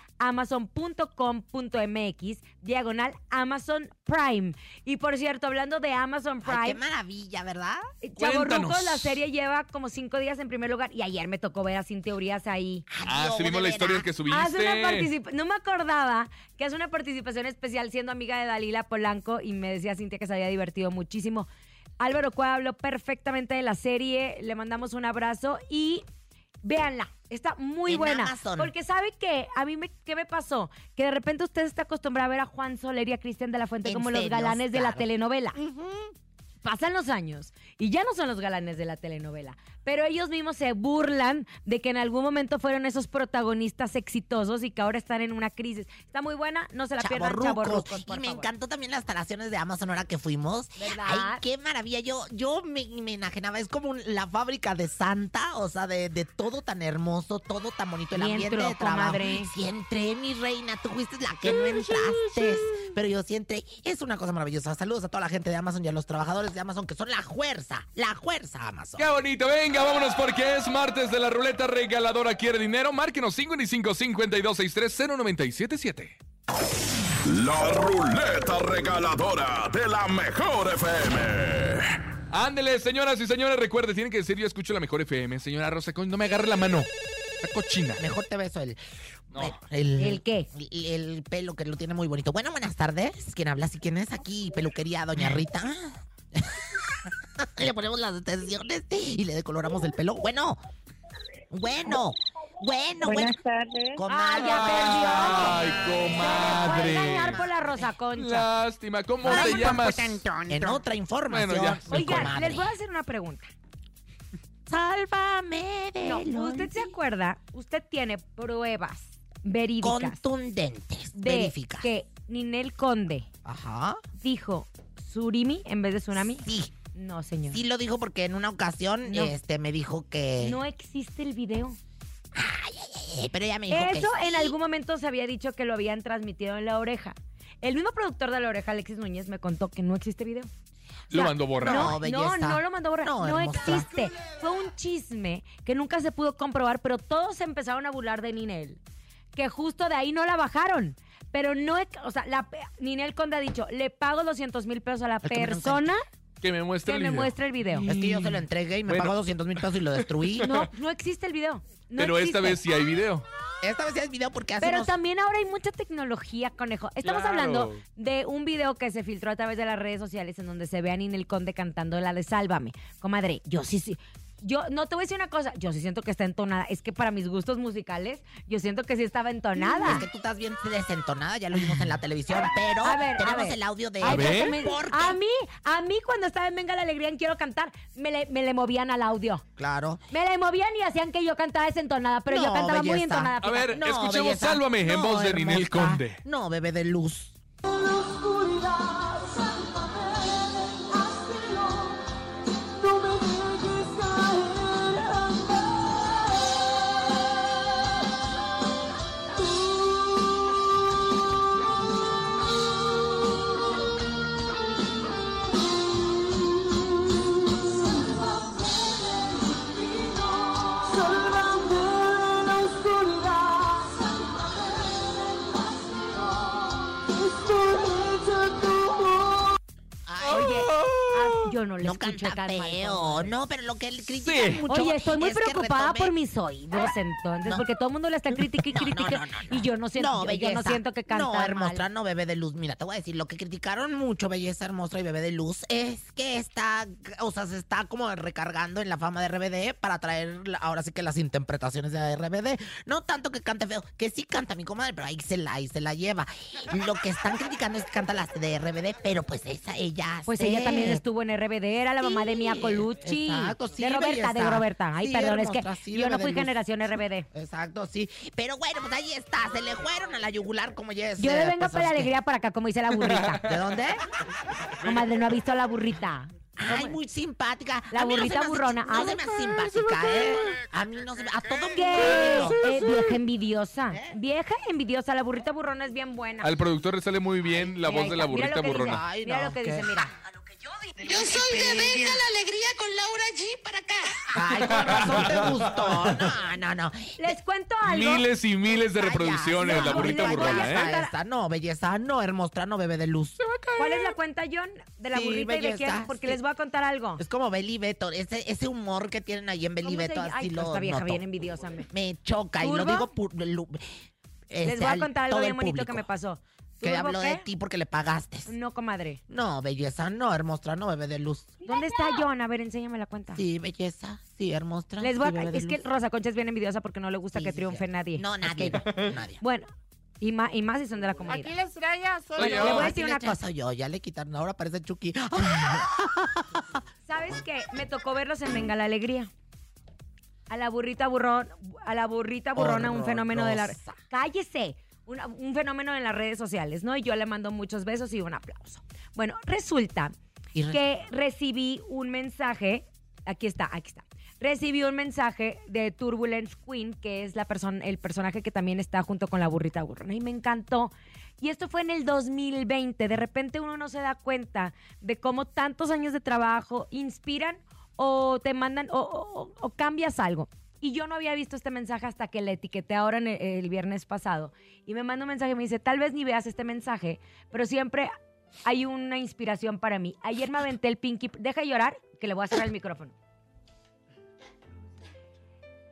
[SPEAKER 2] amazon.com.mx diagonal Amazon Prime. Y por cierto, hablando de Amazon Prime,
[SPEAKER 3] Ay, qué maravilla, ¿verdad?
[SPEAKER 2] Chavorrucos,
[SPEAKER 4] Cuéntanos.
[SPEAKER 2] la serie lleva como cinco días en primer lugar y ayer me tocó ver a Cintia Urias ahí.
[SPEAKER 4] Ah, sí vimos la historia que subiste.
[SPEAKER 2] Hace una participa- no me acordaba que hace una participación especial siendo amiga de Dalila Polanco y me decía Cintia que se había divertido muchísimo. Álvaro Cueva habló perfectamente de la serie, le mandamos un abrazo y véanla. Está muy
[SPEAKER 3] En
[SPEAKER 2] buena.
[SPEAKER 3] Amazon.
[SPEAKER 2] Porque sabe que a mí me, qué me pasó? Que de repente usted está acostumbrada a ver a Juan Soler y a Cristian de la Fuente
[SPEAKER 3] En
[SPEAKER 2] como los
[SPEAKER 3] serios,
[SPEAKER 2] galanes de la
[SPEAKER 3] claro.
[SPEAKER 2] telenovela pasan los años y ya no son los galanes de la telenovela, pero ellos mismos se burlan de que en algún momento fueron esos protagonistas exitosos y que ahora están en una crisis. Está muy buena, no se la pierdan, chavorrucos,
[SPEAKER 3] Y
[SPEAKER 2] por
[SPEAKER 3] me
[SPEAKER 2] favor.
[SPEAKER 3] encantó también las instalaciones de Amazon ahora que fuimos.
[SPEAKER 2] ¿Verdad?
[SPEAKER 3] Ay, qué maravilla. Yo, yo me, me enajenaba. Es como un- la fábrica de Santa, o sea, de, de todo tan hermoso, todo tan bonito, el
[SPEAKER 2] Ni
[SPEAKER 3] ambiente
[SPEAKER 2] entró,
[SPEAKER 3] de trabajo.
[SPEAKER 2] comadre.
[SPEAKER 3] Si entré, mi reina, tú fuiste la que no entraste. pero yo siento es una cosa maravillosa. Saludos a toda la gente de Amazon y a los trabajadores de Amazon que son la fuerza, la fuerza Amazon.
[SPEAKER 4] Qué bonito, venga, vámonos porque es martes de la ruleta regaladora quiere dinero. Márquenos 55 52 63 0977.
[SPEAKER 1] La ruleta regaladora de la mejor FM.
[SPEAKER 4] Ándele, señoras y señores, recuerde, tienen que decir yo escucho la mejor FM, señora Rosa, Concha, no me agarre la mano. Está cochina.
[SPEAKER 3] Mejor te beso el.
[SPEAKER 4] No.
[SPEAKER 3] El,
[SPEAKER 2] ¿El qué?
[SPEAKER 3] El, el pelo que lo tiene muy bonito. Bueno, buenas tardes. ¿Quién habla? ¿Y quién es aquí? Peluquería, doña Rita. le ponemos las extensiones y le decoloramos el pelo. Bueno. Bueno. Bueno,
[SPEAKER 9] Buenas
[SPEAKER 3] bueno.
[SPEAKER 9] tardes.
[SPEAKER 3] Comadre.
[SPEAKER 2] Ay, ya perdió.
[SPEAKER 4] Ay,
[SPEAKER 2] Voy a engañar
[SPEAKER 4] comadre.
[SPEAKER 2] por la rosa concha.
[SPEAKER 4] Lástima, ¿cómo
[SPEAKER 3] Ay,
[SPEAKER 4] te llamas?
[SPEAKER 3] pues, En otra información.
[SPEAKER 4] Bueno, ya.
[SPEAKER 3] mi
[SPEAKER 2] Oigan,
[SPEAKER 3] comadre.
[SPEAKER 2] les voy a hacer una pregunta.
[SPEAKER 3] Sálvame de
[SPEAKER 2] No, ¿Usted se acuerda? Usted tiene pruebas verídicas
[SPEAKER 3] Contundentes.
[SPEAKER 2] de
[SPEAKER 3] Verifica.
[SPEAKER 2] que Ninel Conde
[SPEAKER 3] Ajá.
[SPEAKER 2] dijo surimi en vez de tsunami.
[SPEAKER 3] Sí,
[SPEAKER 2] No, señor.
[SPEAKER 3] sí lo dijo porque en una ocasión
[SPEAKER 2] No.
[SPEAKER 3] este, me dijo que.
[SPEAKER 2] No existe el video.
[SPEAKER 3] Eh, pero ella me dijo que.
[SPEAKER 2] Eso en algún momento se había dicho que lo habían transmitido en la oreja. El mismo productor de la oreja, Alexis Núñez, me contó que no existe video.
[SPEAKER 4] Lo mandó borrar.
[SPEAKER 2] No, no,
[SPEAKER 3] belleza.
[SPEAKER 2] no lo mandó borrar.
[SPEAKER 3] No,
[SPEAKER 2] No,
[SPEAKER 3] hermosa.
[SPEAKER 2] existe. Fue un chisme que nunca se pudo comprobar, pero todos se empezaron a burlar de Ninel. Que justo de ahí no la bajaron. Pero no, ex- o sea, la, pe- Ninel Conde ha dicho, le pago 200 mil pesos a la
[SPEAKER 3] que me lo
[SPEAKER 2] persona
[SPEAKER 4] Que me muestre
[SPEAKER 2] que
[SPEAKER 4] el
[SPEAKER 2] me
[SPEAKER 4] video.
[SPEAKER 2] muestre el video.
[SPEAKER 3] Es que yo se lo entregué y me
[SPEAKER 4] Bueno.
[SPEAKER 3] pagó 200 mil pesos y lo destruí.
[SPEAKER 2] No, no existe el video. No
[SPEAKER 4] Pero esta
[SPEAKER 2] existe.
[SPEAKER 4] vez sí hay video.
[SPEAKER 3] Esta vez ya es video porque hace
[SPEAKER 2] Pero
[SPEAKER 3] unos-
[SPEAKER 2] también ahora hay mucha tecnología, conejo. Estamos
[SPEAKER 4] Claro.
[SPEAKER 2] hablando de un video que se filtró a través de las redes sociales en donde se ve a Ninel Conde cantando la de Sálvame. Comadre, yo sí, sí. Yo no te voy a decir una cosa, yo sí siento que está entonada. Es que para mis gustos musicales, yo siento que sí estaba entonada.
[SPEAKER 3] Es que tú estás bien desentonada, ya lo vimos en la televisión, pero
[SPEAKER 2] A ver, a
[SPEAKER 3] tenemos
[SPEAKER 2] ver.
[SPEAKER 3] el audio de...
[SPEAKER 4] A
[SPEAKER 2] Ay,
[SPEAKER 4] ver.
[SPEAKER 2] ya se me-
[SPEAKER 3] ¿Por qué?
[SPEAKER 2] a mí, a mí cuando estaba en Venga la Alegría en Quiero Cantar, me le, me le movían al audio.
[SPEAKER 3] Claro.
[SPEAKER 2] Me le movían y hacían que yo cantaba desentonada, pero yo
[SPEAKER 3] No,
[SPEAKER 2] cantaba muy
[SPEAKER 3] belleza.
[SPEAKER 2] entonada.
[SPEAKER 4] A ver,
[SPEAKER 3] No,
[SPEAKER 4] escuchemos
[SPEAKER 3] belleza.
[SPEAKER 4] Sálvame en
[SPEAKER 3] No,
[SPEAKER 4] voz de Ninel
[SPEAKER 3] hermosa.
[SPEAKER 4] Conde.
[SPEAKER 3] No, bebé de luz. Ay,
[SPEAKER 2] Oye, ah, yo no le
[SPEAKER 3] no
[SPEAKER 2] escuché
[SPEAKER 3] canta
[SPEAKER 2] cantar.
[SPEAKER 3] feo. No, pero lo que él critica
[SPEAKER 4] Sí.
[SPEAKER 3] mucho
[SPEAKER 2] Oye, estoy muy
[SPEAKER 3] es que
[SPEAKER 2] preocupada
[SPEAKER 3] retome-
[SPEAKER 2] por mis oídos entonces,
[SPEAKER 3] No.
[SPEAKER 2] porque todo el mundo le está critique y
[SPEAKER 3] No, no,
[SPEAKER 2] critique
[SPEAKER 3] no, no, no.
[SPEAKER 2] y yo no siento, yo- yo, no
[SPEAKER 3] belleza.
[SPEAKER 2] siento que canta
[SPEAKER 3] No, hermosa,
[SPEAKER 2] mal.
[SPEAKER 3] no, bebé de luz. Mira, te voy a decir, lo que criticaron mucho, belleza hermosa y bebé de luz, es que está, o sea, se está como recargando en la fama de RBD para traer la- ahora sí que las interpretaciones de RBD. No tanto que cante feo, que sí canta mi comadre, pero ahí se la, ahí se la lleva. Lo que están criticando es que canta las de RBD, pero pues esa, ella
[SPEAKER 2] Pues
[SPEAKER 3] hace.
[SPEAKER 2] ella también estuvo en RBD, era la mamá de Mia
[SPEAKER 3] Sí,
[SPEAKER 2] Colucci.
[SPEAKER 3] exacto, sí,
[SPEAKER 2] de Roberta, de
[SPEAKER 3] belleza.
[SPEAKER 2] Roberta. Ay,
[SPEAKER 3] Sí,
[SPEAKER 2] perdón, es
[SPEAKER 3] hermosa,
[SPEAKER 2] que
[SPEAKER 3] sí,
[SPEAKER 2] yo no
[SPEAKER 3] bebé
[SPEAKER 2] fui
[SPEAKER 3] de luz.
[SPEAKER 2] generación RBD.
[SPEAKER 3] Exacto, sí. Pero bueno, pues ahí está, se le fueron a la yugular como ya es.
[SPEAKER 2] Yo
[SPEAKER 3] eh,
[SPEAKER 2] le vengo
[SPEAKER 3] pues,
[SPEAKER 2] para la
[SPEAKER 3] es que-
[SPEAKER 2] alegría para acá, como dice la burrita.
[SPEAKER 3] ¿De dónde?
[SPEAKER 2] No, madre, no ha visto a la burrita.
[SPEAKER 3] Ay, muy simpática.
[SPEAKER 2] La
[SPEAKER 3] A mí no
[SPEAKER 2] burrita
[SPEAKER 3] se me hace-
[SPEAKER 2] burrona.
[SPEAKER 3] No
[SPEAKER 2] Ay,
[SPEAKER 3] se me hace
[SPEAKER 2] ay,
[SPEAKER 3] simpática, ¿eh? A mí no se me... A todo
[SPEAKER 2] ¿Qué es?
[SPEAKER 3] mundo.
[SPEAKER 2] Eh, vieja envidiosa.
[SPEAKER 3] ¿Eh?
[SPEAKER 2] Vieja envidiosa. La burrita burrona es bien buena.
[SPEAKER 4] Al productor le sale muy bien
[SPEAKER 2] Mira,
[SPEAKER 4] la voz
[SPEAKER 2] Ah. ahí
[SPEAKER 4] de la
[SPEAKER 2] está, mira
[SPEAKER 4] burrita
[SPEAKER 2] lo que dice,
[SPEAKER 4] burrona.
[SPEAKER 3] Ay,
[SPEAKER 2] Mira
[SPEAKER 3] no,
[SPEAKER 2] lo que
[SPEAKER 3] qué- Ah,
[SPEAKER 2] dice, mira.
[SPEAKER 9] Yo soy de Venga la Alegría con Laura G para acá.
[SPEAKER 3] Ay, con razón te gustó. No, no, no.
[SPEAKER 2] Les cuento algo.
[SPEAKER 4] Miles y miles de
[SPEAKER 3] Vaya,
[SPEAKER 4] reproducciones,
[SPEAKER 3] no,
[SPEAKER 4] la burrita
[SPEAKER 3] no,
[SPEAKER 4] burrona,
[SPEAKER 3] belleza,
[SPEAKER 4] ¿eh?
[SPEAKER 3] esta, no, belleza, no, hermosa, no, bebé de luz.
[SPEAKER 2] ¿Cuál es la cuenta, John, de la
[SPEAKER 3] Sí,
[SPEAKER 2] burrita y de
[SPEAKER 3] belleza,
[SPEAKER 2] quién? Porque
[SPEAKER 3] sí.
[SPEAKER 2] les voy a contar algo.
[SPEAKER 3] Es como Beli Beto, ese, ese humor que tienen ahí en Beli
[SPEAKER 2] ¿Cómo se
[SPEAKER 3] Beto,
[SPEAKER 2] llama?
[SPEAKER 3] así
[SPEAKER 2] Ay,
[SPEAKER 3] lo
[SPEAKER 2] esta vieja
[SPEAKER 3] noto.
[SPEAKER 2] bien envidiosa. me-
[SPEAKER 3] Me choca y lo
[SPEAKER 2] ¿Turbo?
[SPEAKER 3] digo... pu- lu-
[SPEAKER 2] Les
[SPEAKER 3] este,
[SPEAKER 2] voy a
[SPEAKER 3] al-
[SPEAKER 2] contar algo
[SPEAKER 3] todo el
[SPEAKER 2] bien bonito que
[SPEAKER 3] público,
[SPEAKER 2] me pasó.
[SPEAKER 3] Que
[SPEAKER 2] ¿Turbo
[SPEAKER 3] habló de
[SPEAKER 2] qué?
[SPEAKER 3] ti porque le pagaste.
[SPEAKER 2] No, comadre.
[SPEAKER 3] No, belleza, no, hermosa, no, bebé de luz.
[SPEAKER 2] ¿Dónde está John? A ver, enséñame la cuenta.
[SPEAKER 3] Sí, belleza, sí, hermosa.
[SPEAKER 2] Les voy
[SPEAKER 3] sí,
[SPEAKER 2] a...
[SPEAKER 3] bebé de
[SPEAKER 2] Es que
[SPEAKER 3] luz.
[SPEAKER 2] Rosa Concha es bien envidiosa porque no le gusta
[SPEAKER 3] Sí,
[SPEAKER 2] que
[SPEAKER 3] sí,
[SPEAKER 2] triunfe
[SPEAKER 3] sí.
[SPEAKER 2] nadie.
[SPEAKER 3] No, nadie. nadie.
[SPEAKER 2] Bueno, y, ma- y más si son de la comunidad.
[SPEAKER 9] les traía
[SPEAKER 4] Soy
[SPEAKER 3] Yo,
[SPEAKER 4] yo.
[SPEAKER 2] le voy a
[SPEAKER 3] así
[SPEAKER 2] decir
[SPEAKER 3] le
[SPEAKER 2] una
[SPEAKER 3] eché-
[SPEAKER 2] cosa.
[SPEAKER 3] soy yo, ya le quitaron, ahora parece Chucky. ¡Ah!
[SPEAKER 2] ¿Sabes qué? Me tocó verlos en Venga la Alegría. A la burrita burrón, a la burrita burrona, un fenómeno de la.
[SPEAKER 3] Horrorosa.
[SPEAKER 2] ¡Cállese! Una- un fenómeno en las redes sociales, ¿no? Y yo le mando muchos besos y un aplauso. Bueno, resulta
[SPEAKER 3] Y re-
[SPEAKER 2] que recibí un mensaje Aquí está, aquí está. Recibí un mensaje de Turbulence Queen, que es la persona, el personaje que también está junto con la burrita burrona. Y me encantó. Y esto fue en el 2020. De repente uno no se da cuenta de cómo tantos años de trabajo inspiran o te mandan o, o- o cambias algo. Y yo no había visto este mensaje hasta que le etiqueté ahora en el, el viernes pasado. Y me manda un mensaje y me dice, tal vez ni veas este mensaje, pero siempre hay una inspiración para mí. Ayer me aventé el Pinky... Deja de llorar, que le voy a cerrar el micrófono.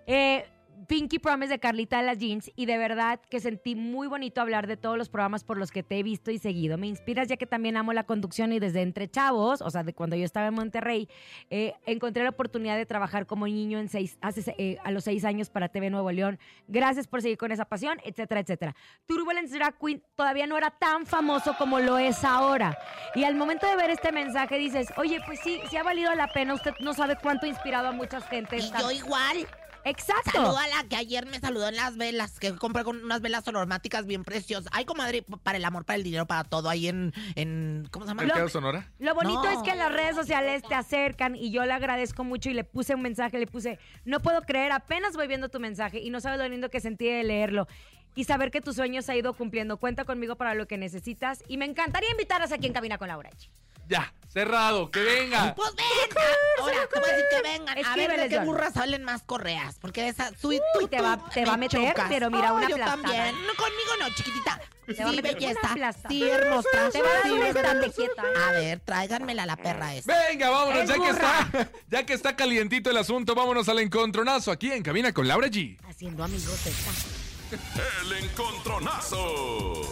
[SPEAKER 2] Eh, Pinky Promise de Carlita de las Jeans y de verdad que sentí muy bonito hablar de todos los programas por los que te he visto y seguido. Me inspiras ya que también amo la conducción y desde Entre Chavos, o sea, de cuando yo estaba en Monterrey, eh, encontré la oportunidad de trabajar como niño en seis, hace, se- eh, a los seis años para TV Nuevo León. Gracias por seguir con esa pasión, etcétera, etcétera. Turbulence Drag Queen todavía no era tan famoso como lo es ahora. Y al momento de ver este mensaje dices, oye, pues sí, sí ha valido la pena. Usted no sabe cuánto ha inspirado a muchas gentes.
[SPEAKER 3] Y yo igual.
[SPEAKER 2] Exacto.
[SPEAKER 3] Saludo a la que ayer me saludó en las velas, que compré con unas velas olomáticas bien preciosas. Ay, comadre, para el amor, para el dinero, para todo, ahí en, en ¿cómo se llama?
[SPEAKER 4] ¿Mercado Sonora?
[SPEAKER 2] Lo bonito
[SPEAKER 3] No.
[SPEAKER 2] es que las redes sociales te acercan y yo le agradezco mucho y le puse un mensaje, le puse, no puedo creer, apenas voy viendo tu mensaje y no sabes lo lindo que sentí de leerlo y saber que tus sueños se ha ido cumpliendo. Cuenta conmigo para lo que necesitas y me encantaría invitarlas aquí en Cabina con Laura. G.
[SPEAKER 4] Ya, cerrado, que venga.
[SPEAKER 3] Pues venga, ahora, ¿cómo decir que vengan? a ver de
[SPEAKER 2] Escríbeles,
[SPEAKER 3] qué
[SPEAKER 2] John.
[SPEAKER 3] burras salen más correas, porque de esa, tú, y tú
[SPEAKER 2] te va- te
[SPEAKER 3] me
[SPEAKER 2] va a meter,
[SPEAKER 3] chocas.
[SPEAKER 2] pero mira,
[SPEAKER 3] Ay,
[SPEAKER 2] una
[SPEAKER 3] yo
[SPEAKER 2] aplastada.
[SPEAKER 3] también, no, conmigo no, chiquitita.
[SPEAKER 2] va a
[SPEAKER 3] sí,
[SPEAKER 2] meter una
[SPEAKER 3] belleza,
[SPEAKER 2] aplastada.
[SPEAKER 3] sí, hermosa,
[SPEAKER 2] Te va a dar
[SPEAKER 3] sí,
[SPEAKER 2] una
[SPEAKER 3] verdad.
[SPEAKER 2] estate quieta. Eh.
[SPEAKER 3] A ver, tráiganmela la perra esa.
[SPEAKER 4] Venga, vámonos,
[SPEAKER 3] Es
[SPEAKER 4] ya que,
[SPEAKER 3] burra.
[SPEAKER 4] está, ya que está calientito el asunto, vámonos al encontronazo aquí en Cabina con Laura G.
[SPEAKER 3] Haciendo amigos esta.
[SPEAKER 1] El encontronazo.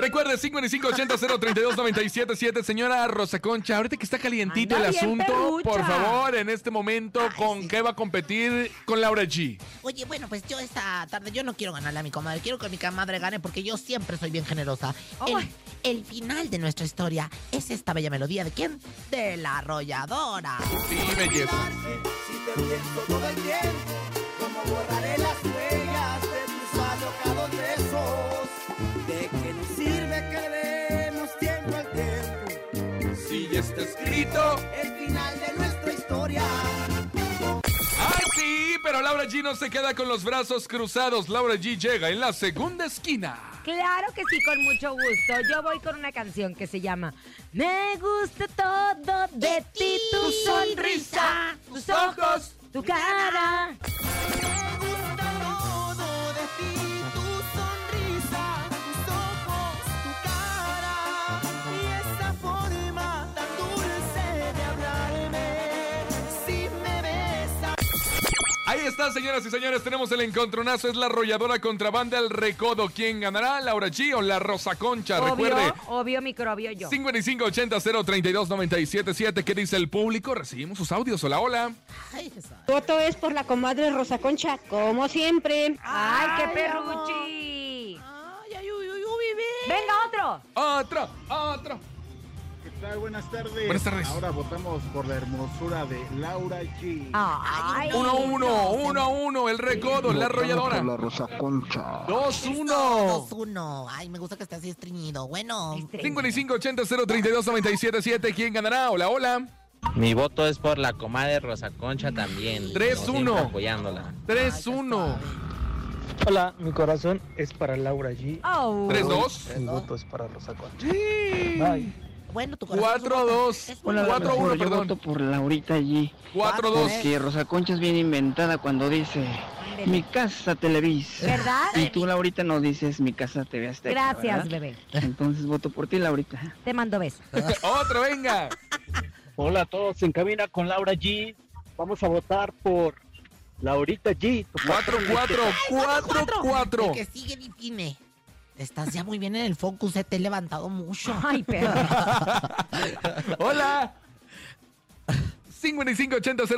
[SPEAKER 4] Recuerde, 5580-032-977, señora Rosa Concha. Ahorita que está calientito
[SPEAKER 3] Anda
[SPEAKER 4] el
[SPEAKER 3] bien
[SPEAKER 4] asunto,
[SPEAKER 3] perrucha.
[SPEAKER 4] por favor, en este momento, ¿con qué va a competir con Laura G?
[SPEAKER 3] Oye, bueno, pues yo esta tarde yo no quiero ganarle a mi comadre, quiero que mi comadre gane porque yo siempre soy bien generosa.
[SPEAKER 2] Oh,
[SPEAKER 3] El, el final de nuestra historia es esta bella melodía de quién? De la arrolladora.
[SPEAKER 4] Sí, belleza.
[SPEAKER 13] todo el tiempo, como borraré las huellas de tus alocados besos. ¿De qué nos sirve que demos tiempo al tiempo?
[SPEAKER 4] Si ya está escrito.
[SPEAKER 13] El final de nuestra historia.
[SPEAKER 4] ¡Ay, sí! Pero Laura G no se queda con los brazos cruzados. Laura G llega en la segunda esquina.
[SPEAKER 2] Claro que sí, con mucho gusto. Yo voy con una canción que se llama Me gusta todo de ti, tu sonrisa, tus ojos, tu cara.
[SPEAKER 13] Todo de ti, tu sonrisa, tus ojos, tu cara y esa forma tan dulce de hablarme. Si me besas.
[SPEAKER 4] Ahí está, señoras y señores. Tenemos el encontronazo. Es la arrolladora contrabanda El Recodo. ¿Quién ganará? ¿Laura G o la Rosa Concha?
[SPEAKER 2] Obvio,
[SPEAKER 4] Ah, Recuerde.
[SPEAKER 2] obvio microbio yo.
[SPEAKER 4] 5580-032-977. ¿Qué dice el público? Recibimos sus audios. Hola, hola.
[SPEAKER 14] Voto es por la comadre Rosa Concha, como siempre.
[SPEAKER 2] ¡Ay, qué perruchi!
[SPEAKER 3] ¡Ay, ay, uy, uy, uy, bebé!
[SPEAKER 2] ¡Venga otro!
[SPEAKER 4] ¡Otro! ¡Otro!
[SPEAKER 15] ¿Qué tal? Buenas tardes.
[SPEAKER 4] Buenas tardes.
[SPEAKER 15] Ahora votamos por la hermosura de Laura G.
[SPEAKER 2] Ay,
[SPEAKER 4] Uno a uno, uno a uno, el recodo, la arrolladora.
[SPEAKER 15] Por la rosa concha.
[SPEAKER 2] Oh.
[SPEAKER 4] 2-1.
[SPEAKER 3] 2-1. Ay, me gusta que esté así estreñido. Bueno.
[SPEAKER 4] 5580-032-977. ¿Quién ganará? Hola, hola.
[SPEAKER 16] Mi voto es por la comadre Rosa Concha también. Como
[SPEAKER 4] 3-1.
[SPEAKER 16] siempre, Apoyándola.
[SPEAKER 4] 3-1.
[SPEAKER 17] Hola, mi corazón es para Laura G.
[SPEAKER 2] Oh.
[SPEAKER 4] Tres, dos.
[SPEAKER 17] Mi voto es para Rosa Concha.
[SPEAKER 3] Bueno, tu corazón.
[SPEAKER 4] 4-2.
[SPEAKER 18] Hola,
[SPEAKER 4] 4
[SPEAKER 18] mejor,
[SPEAKER 4] 1
[SPEAKER 18] yo
[SPEAKER 4] perdón.
[SPEAKER 18] voto por Laurita allí.
[SPEAKER 4] 4-2.
[SPEAKER 18] Porque Rosa Concha es bien inventada cuando dice mi casa Televis.
[SPEAKER 2] ¿Verdad?
[SPEAKER 18] Y tú, Laurita, no dices mi casa TV Azteca,
[SPEAKER 2] Gracias,
[SPEAKER 18] ¿verdad?
[SPEAKER 2] bebé.
[SPEAKER 18] Entonces voto por ti, Laurita.
[SPEAKER 2] Te mando besos.
[SPEAKER 4] Otro, venga.
[SPEAKER 19] Hola a todos, en cabina con Laura G. Vamos a votar por Laurita G. tu patrona.
[SPEAKER 4] 4-4.
[SPEAKER 3] El que sigue define. Estás ya muy bien en el focus, eh, te he levantado mucho.
[SPEAKER 2] Ay, pero.
[SPEAKER 4] Hola.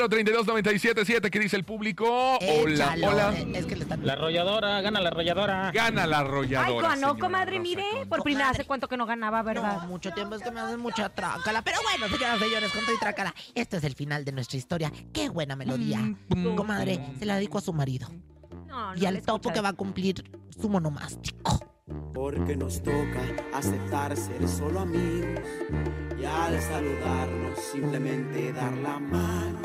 [SPEAKER 4] 5580-032-977. ¿Qué dice el público? Hola,
[SPEAKER 3] Échalo,
[SPEAKER 4] hola.
[SPEAKER 3] eh, Es que le están...
[SPEAKER 16] La arrolladora, gana la arrolladora.
[SPEAKER 4] Gana la
[SPEAKER 2] Ay,
[SPEAKER 4] arrolladora.
[SPEAKER 2] ganó,
[SPEAKER 4] señora
[SPEAKER 2] comadre,
[SPEAKER 4] Rosa
[SPEAKER 2] mire.
[SPEAKER 4] Concha.
[SPEAKER 2] Por primera hace cuánto que no ganaba, ¿verdad?
[SPEAKER 3] No, mucho tiempo es que me hacen mucha trácala. Pero bueno, señoras y señores, con todo y trácala. Este es el final de nuestra historia. Qué buena melodía. Comadre, se la dedico a su marido.
[SPEAKER 2] Mm, No, no
[SPEAKER 3] y al
[SPEAKER 2] le
[SPEAKER 3] topo
[SPEAKER 2] escuchas.
[SPEAKER 3] que va a cumplir su monomástico.
[SPEAKER 20] porque nos toca aceptar ser solo amigos y al saludarnos simplemente dar la mano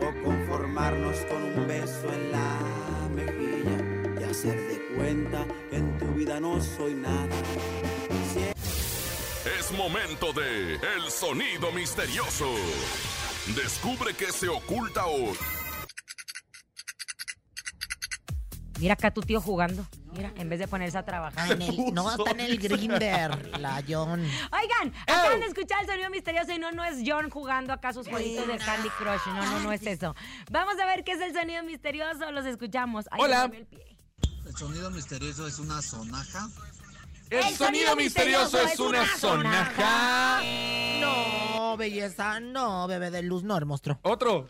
[SPEAKER 20] o conformarnos con un beso en la mejilla y hacer de cuenta que en tu vida no soy nada.
[SPEAKER 1] Es momento de El sonido misterioso. Descubre qué se oculta hoy.
[SPEAKER 2] Mira acá tu tío jugando. Mira, en vez de ponerse a trabajar.
[SPEAKER 3] En el- no, está en el grinder, la John.
[SPEAKER 2] Oigan, acaban de escuchar el sonido misterioso y no, no es John jugando acá sus jueguitos de Candy Crush. No, no, no es eso. Vamos a ver qué es el sonido misterioso. Los escuchamos. Ay,
[SPEAKER 21] Hola.
[SPEAKER 2] me dolió el pie.
[SPEAKER 21] El sonido misterioso es una sonaja.
[SPEAKER 4] El sonido sonido misterioso misterioso es es una una sonaja. sonaja.
[SPEAKER 3] No, belleza, no, bebé de luz, no, el monstruo.
[SPEAKER 4] Otro.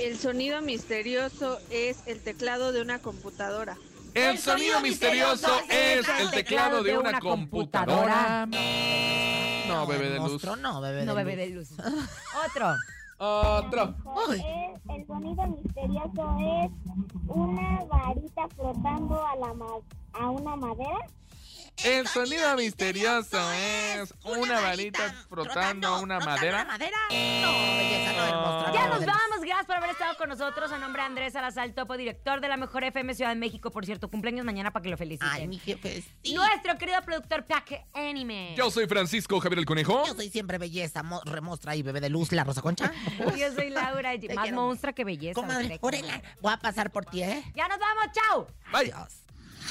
[SPEAKER 22] El sonido misterioso es el teclado de una computadora.
[SPEAKER 4] El sonido misterioso es el teclado de una computadora. No, bebé de luz.
[SPEAKER 3] Monstruo, no, bebé
[SPEAKER 2] No,
[SPEAKER 3] de
[SPEAKER 2] bebé
[SPEAKER 3] luz.
[SPEAKER 2] de luz. Otro.
[SPEAKER 4] Otro.
[SPEAKER 23] El sonido misterioso es una varita flotando a, la ma- a una madera.
[SPEAKER 4] El sonido misterioso es una varita frotando a una madera. Oh.
[SPEAKER 3] madera? No, belleza, no, el monstruo.
[SPEAKER 2] Ya
[SPEAKER 3] no,
[SPEAKER 2] nos
[SPEAKER 3] bebé de luz.
[SPEAKER 2] vamos, gracias por haber estado con nosotros. A nombre de Andrés Salazar Topo, director de la Mejor FM Ciudad de México. Por cierto, cumpleaños mañana para que lo feliciten.
[SPEAKER 3] Ay, mi jefe.
[SPEAKER 2] Nuestro querido productor Pack Anime.
[SPEAKER 4] Yo soy Francisco Javier el Conejo.
[SPEAKER 3] Yo soy siempre belleza, mo- remostra y bebé de luz, la rosa concha.
[SPEAKER 2] Yo soy Laura, G.
[SPEAKER 3] Te
[SPEAKER 2] más
[SPEAKER 3] quiero.
[SPEAKER 2] monstrua que belleza.
[SPEAKER 3] Comadre,
[SPEAKER 2] Rebeca.
[SPEAKER 3] órale, voy a pasar por ti, ¿eh?
[SPEAKER 2] Ya nos vamos, chao.
[SPEAKER 4] Adiós.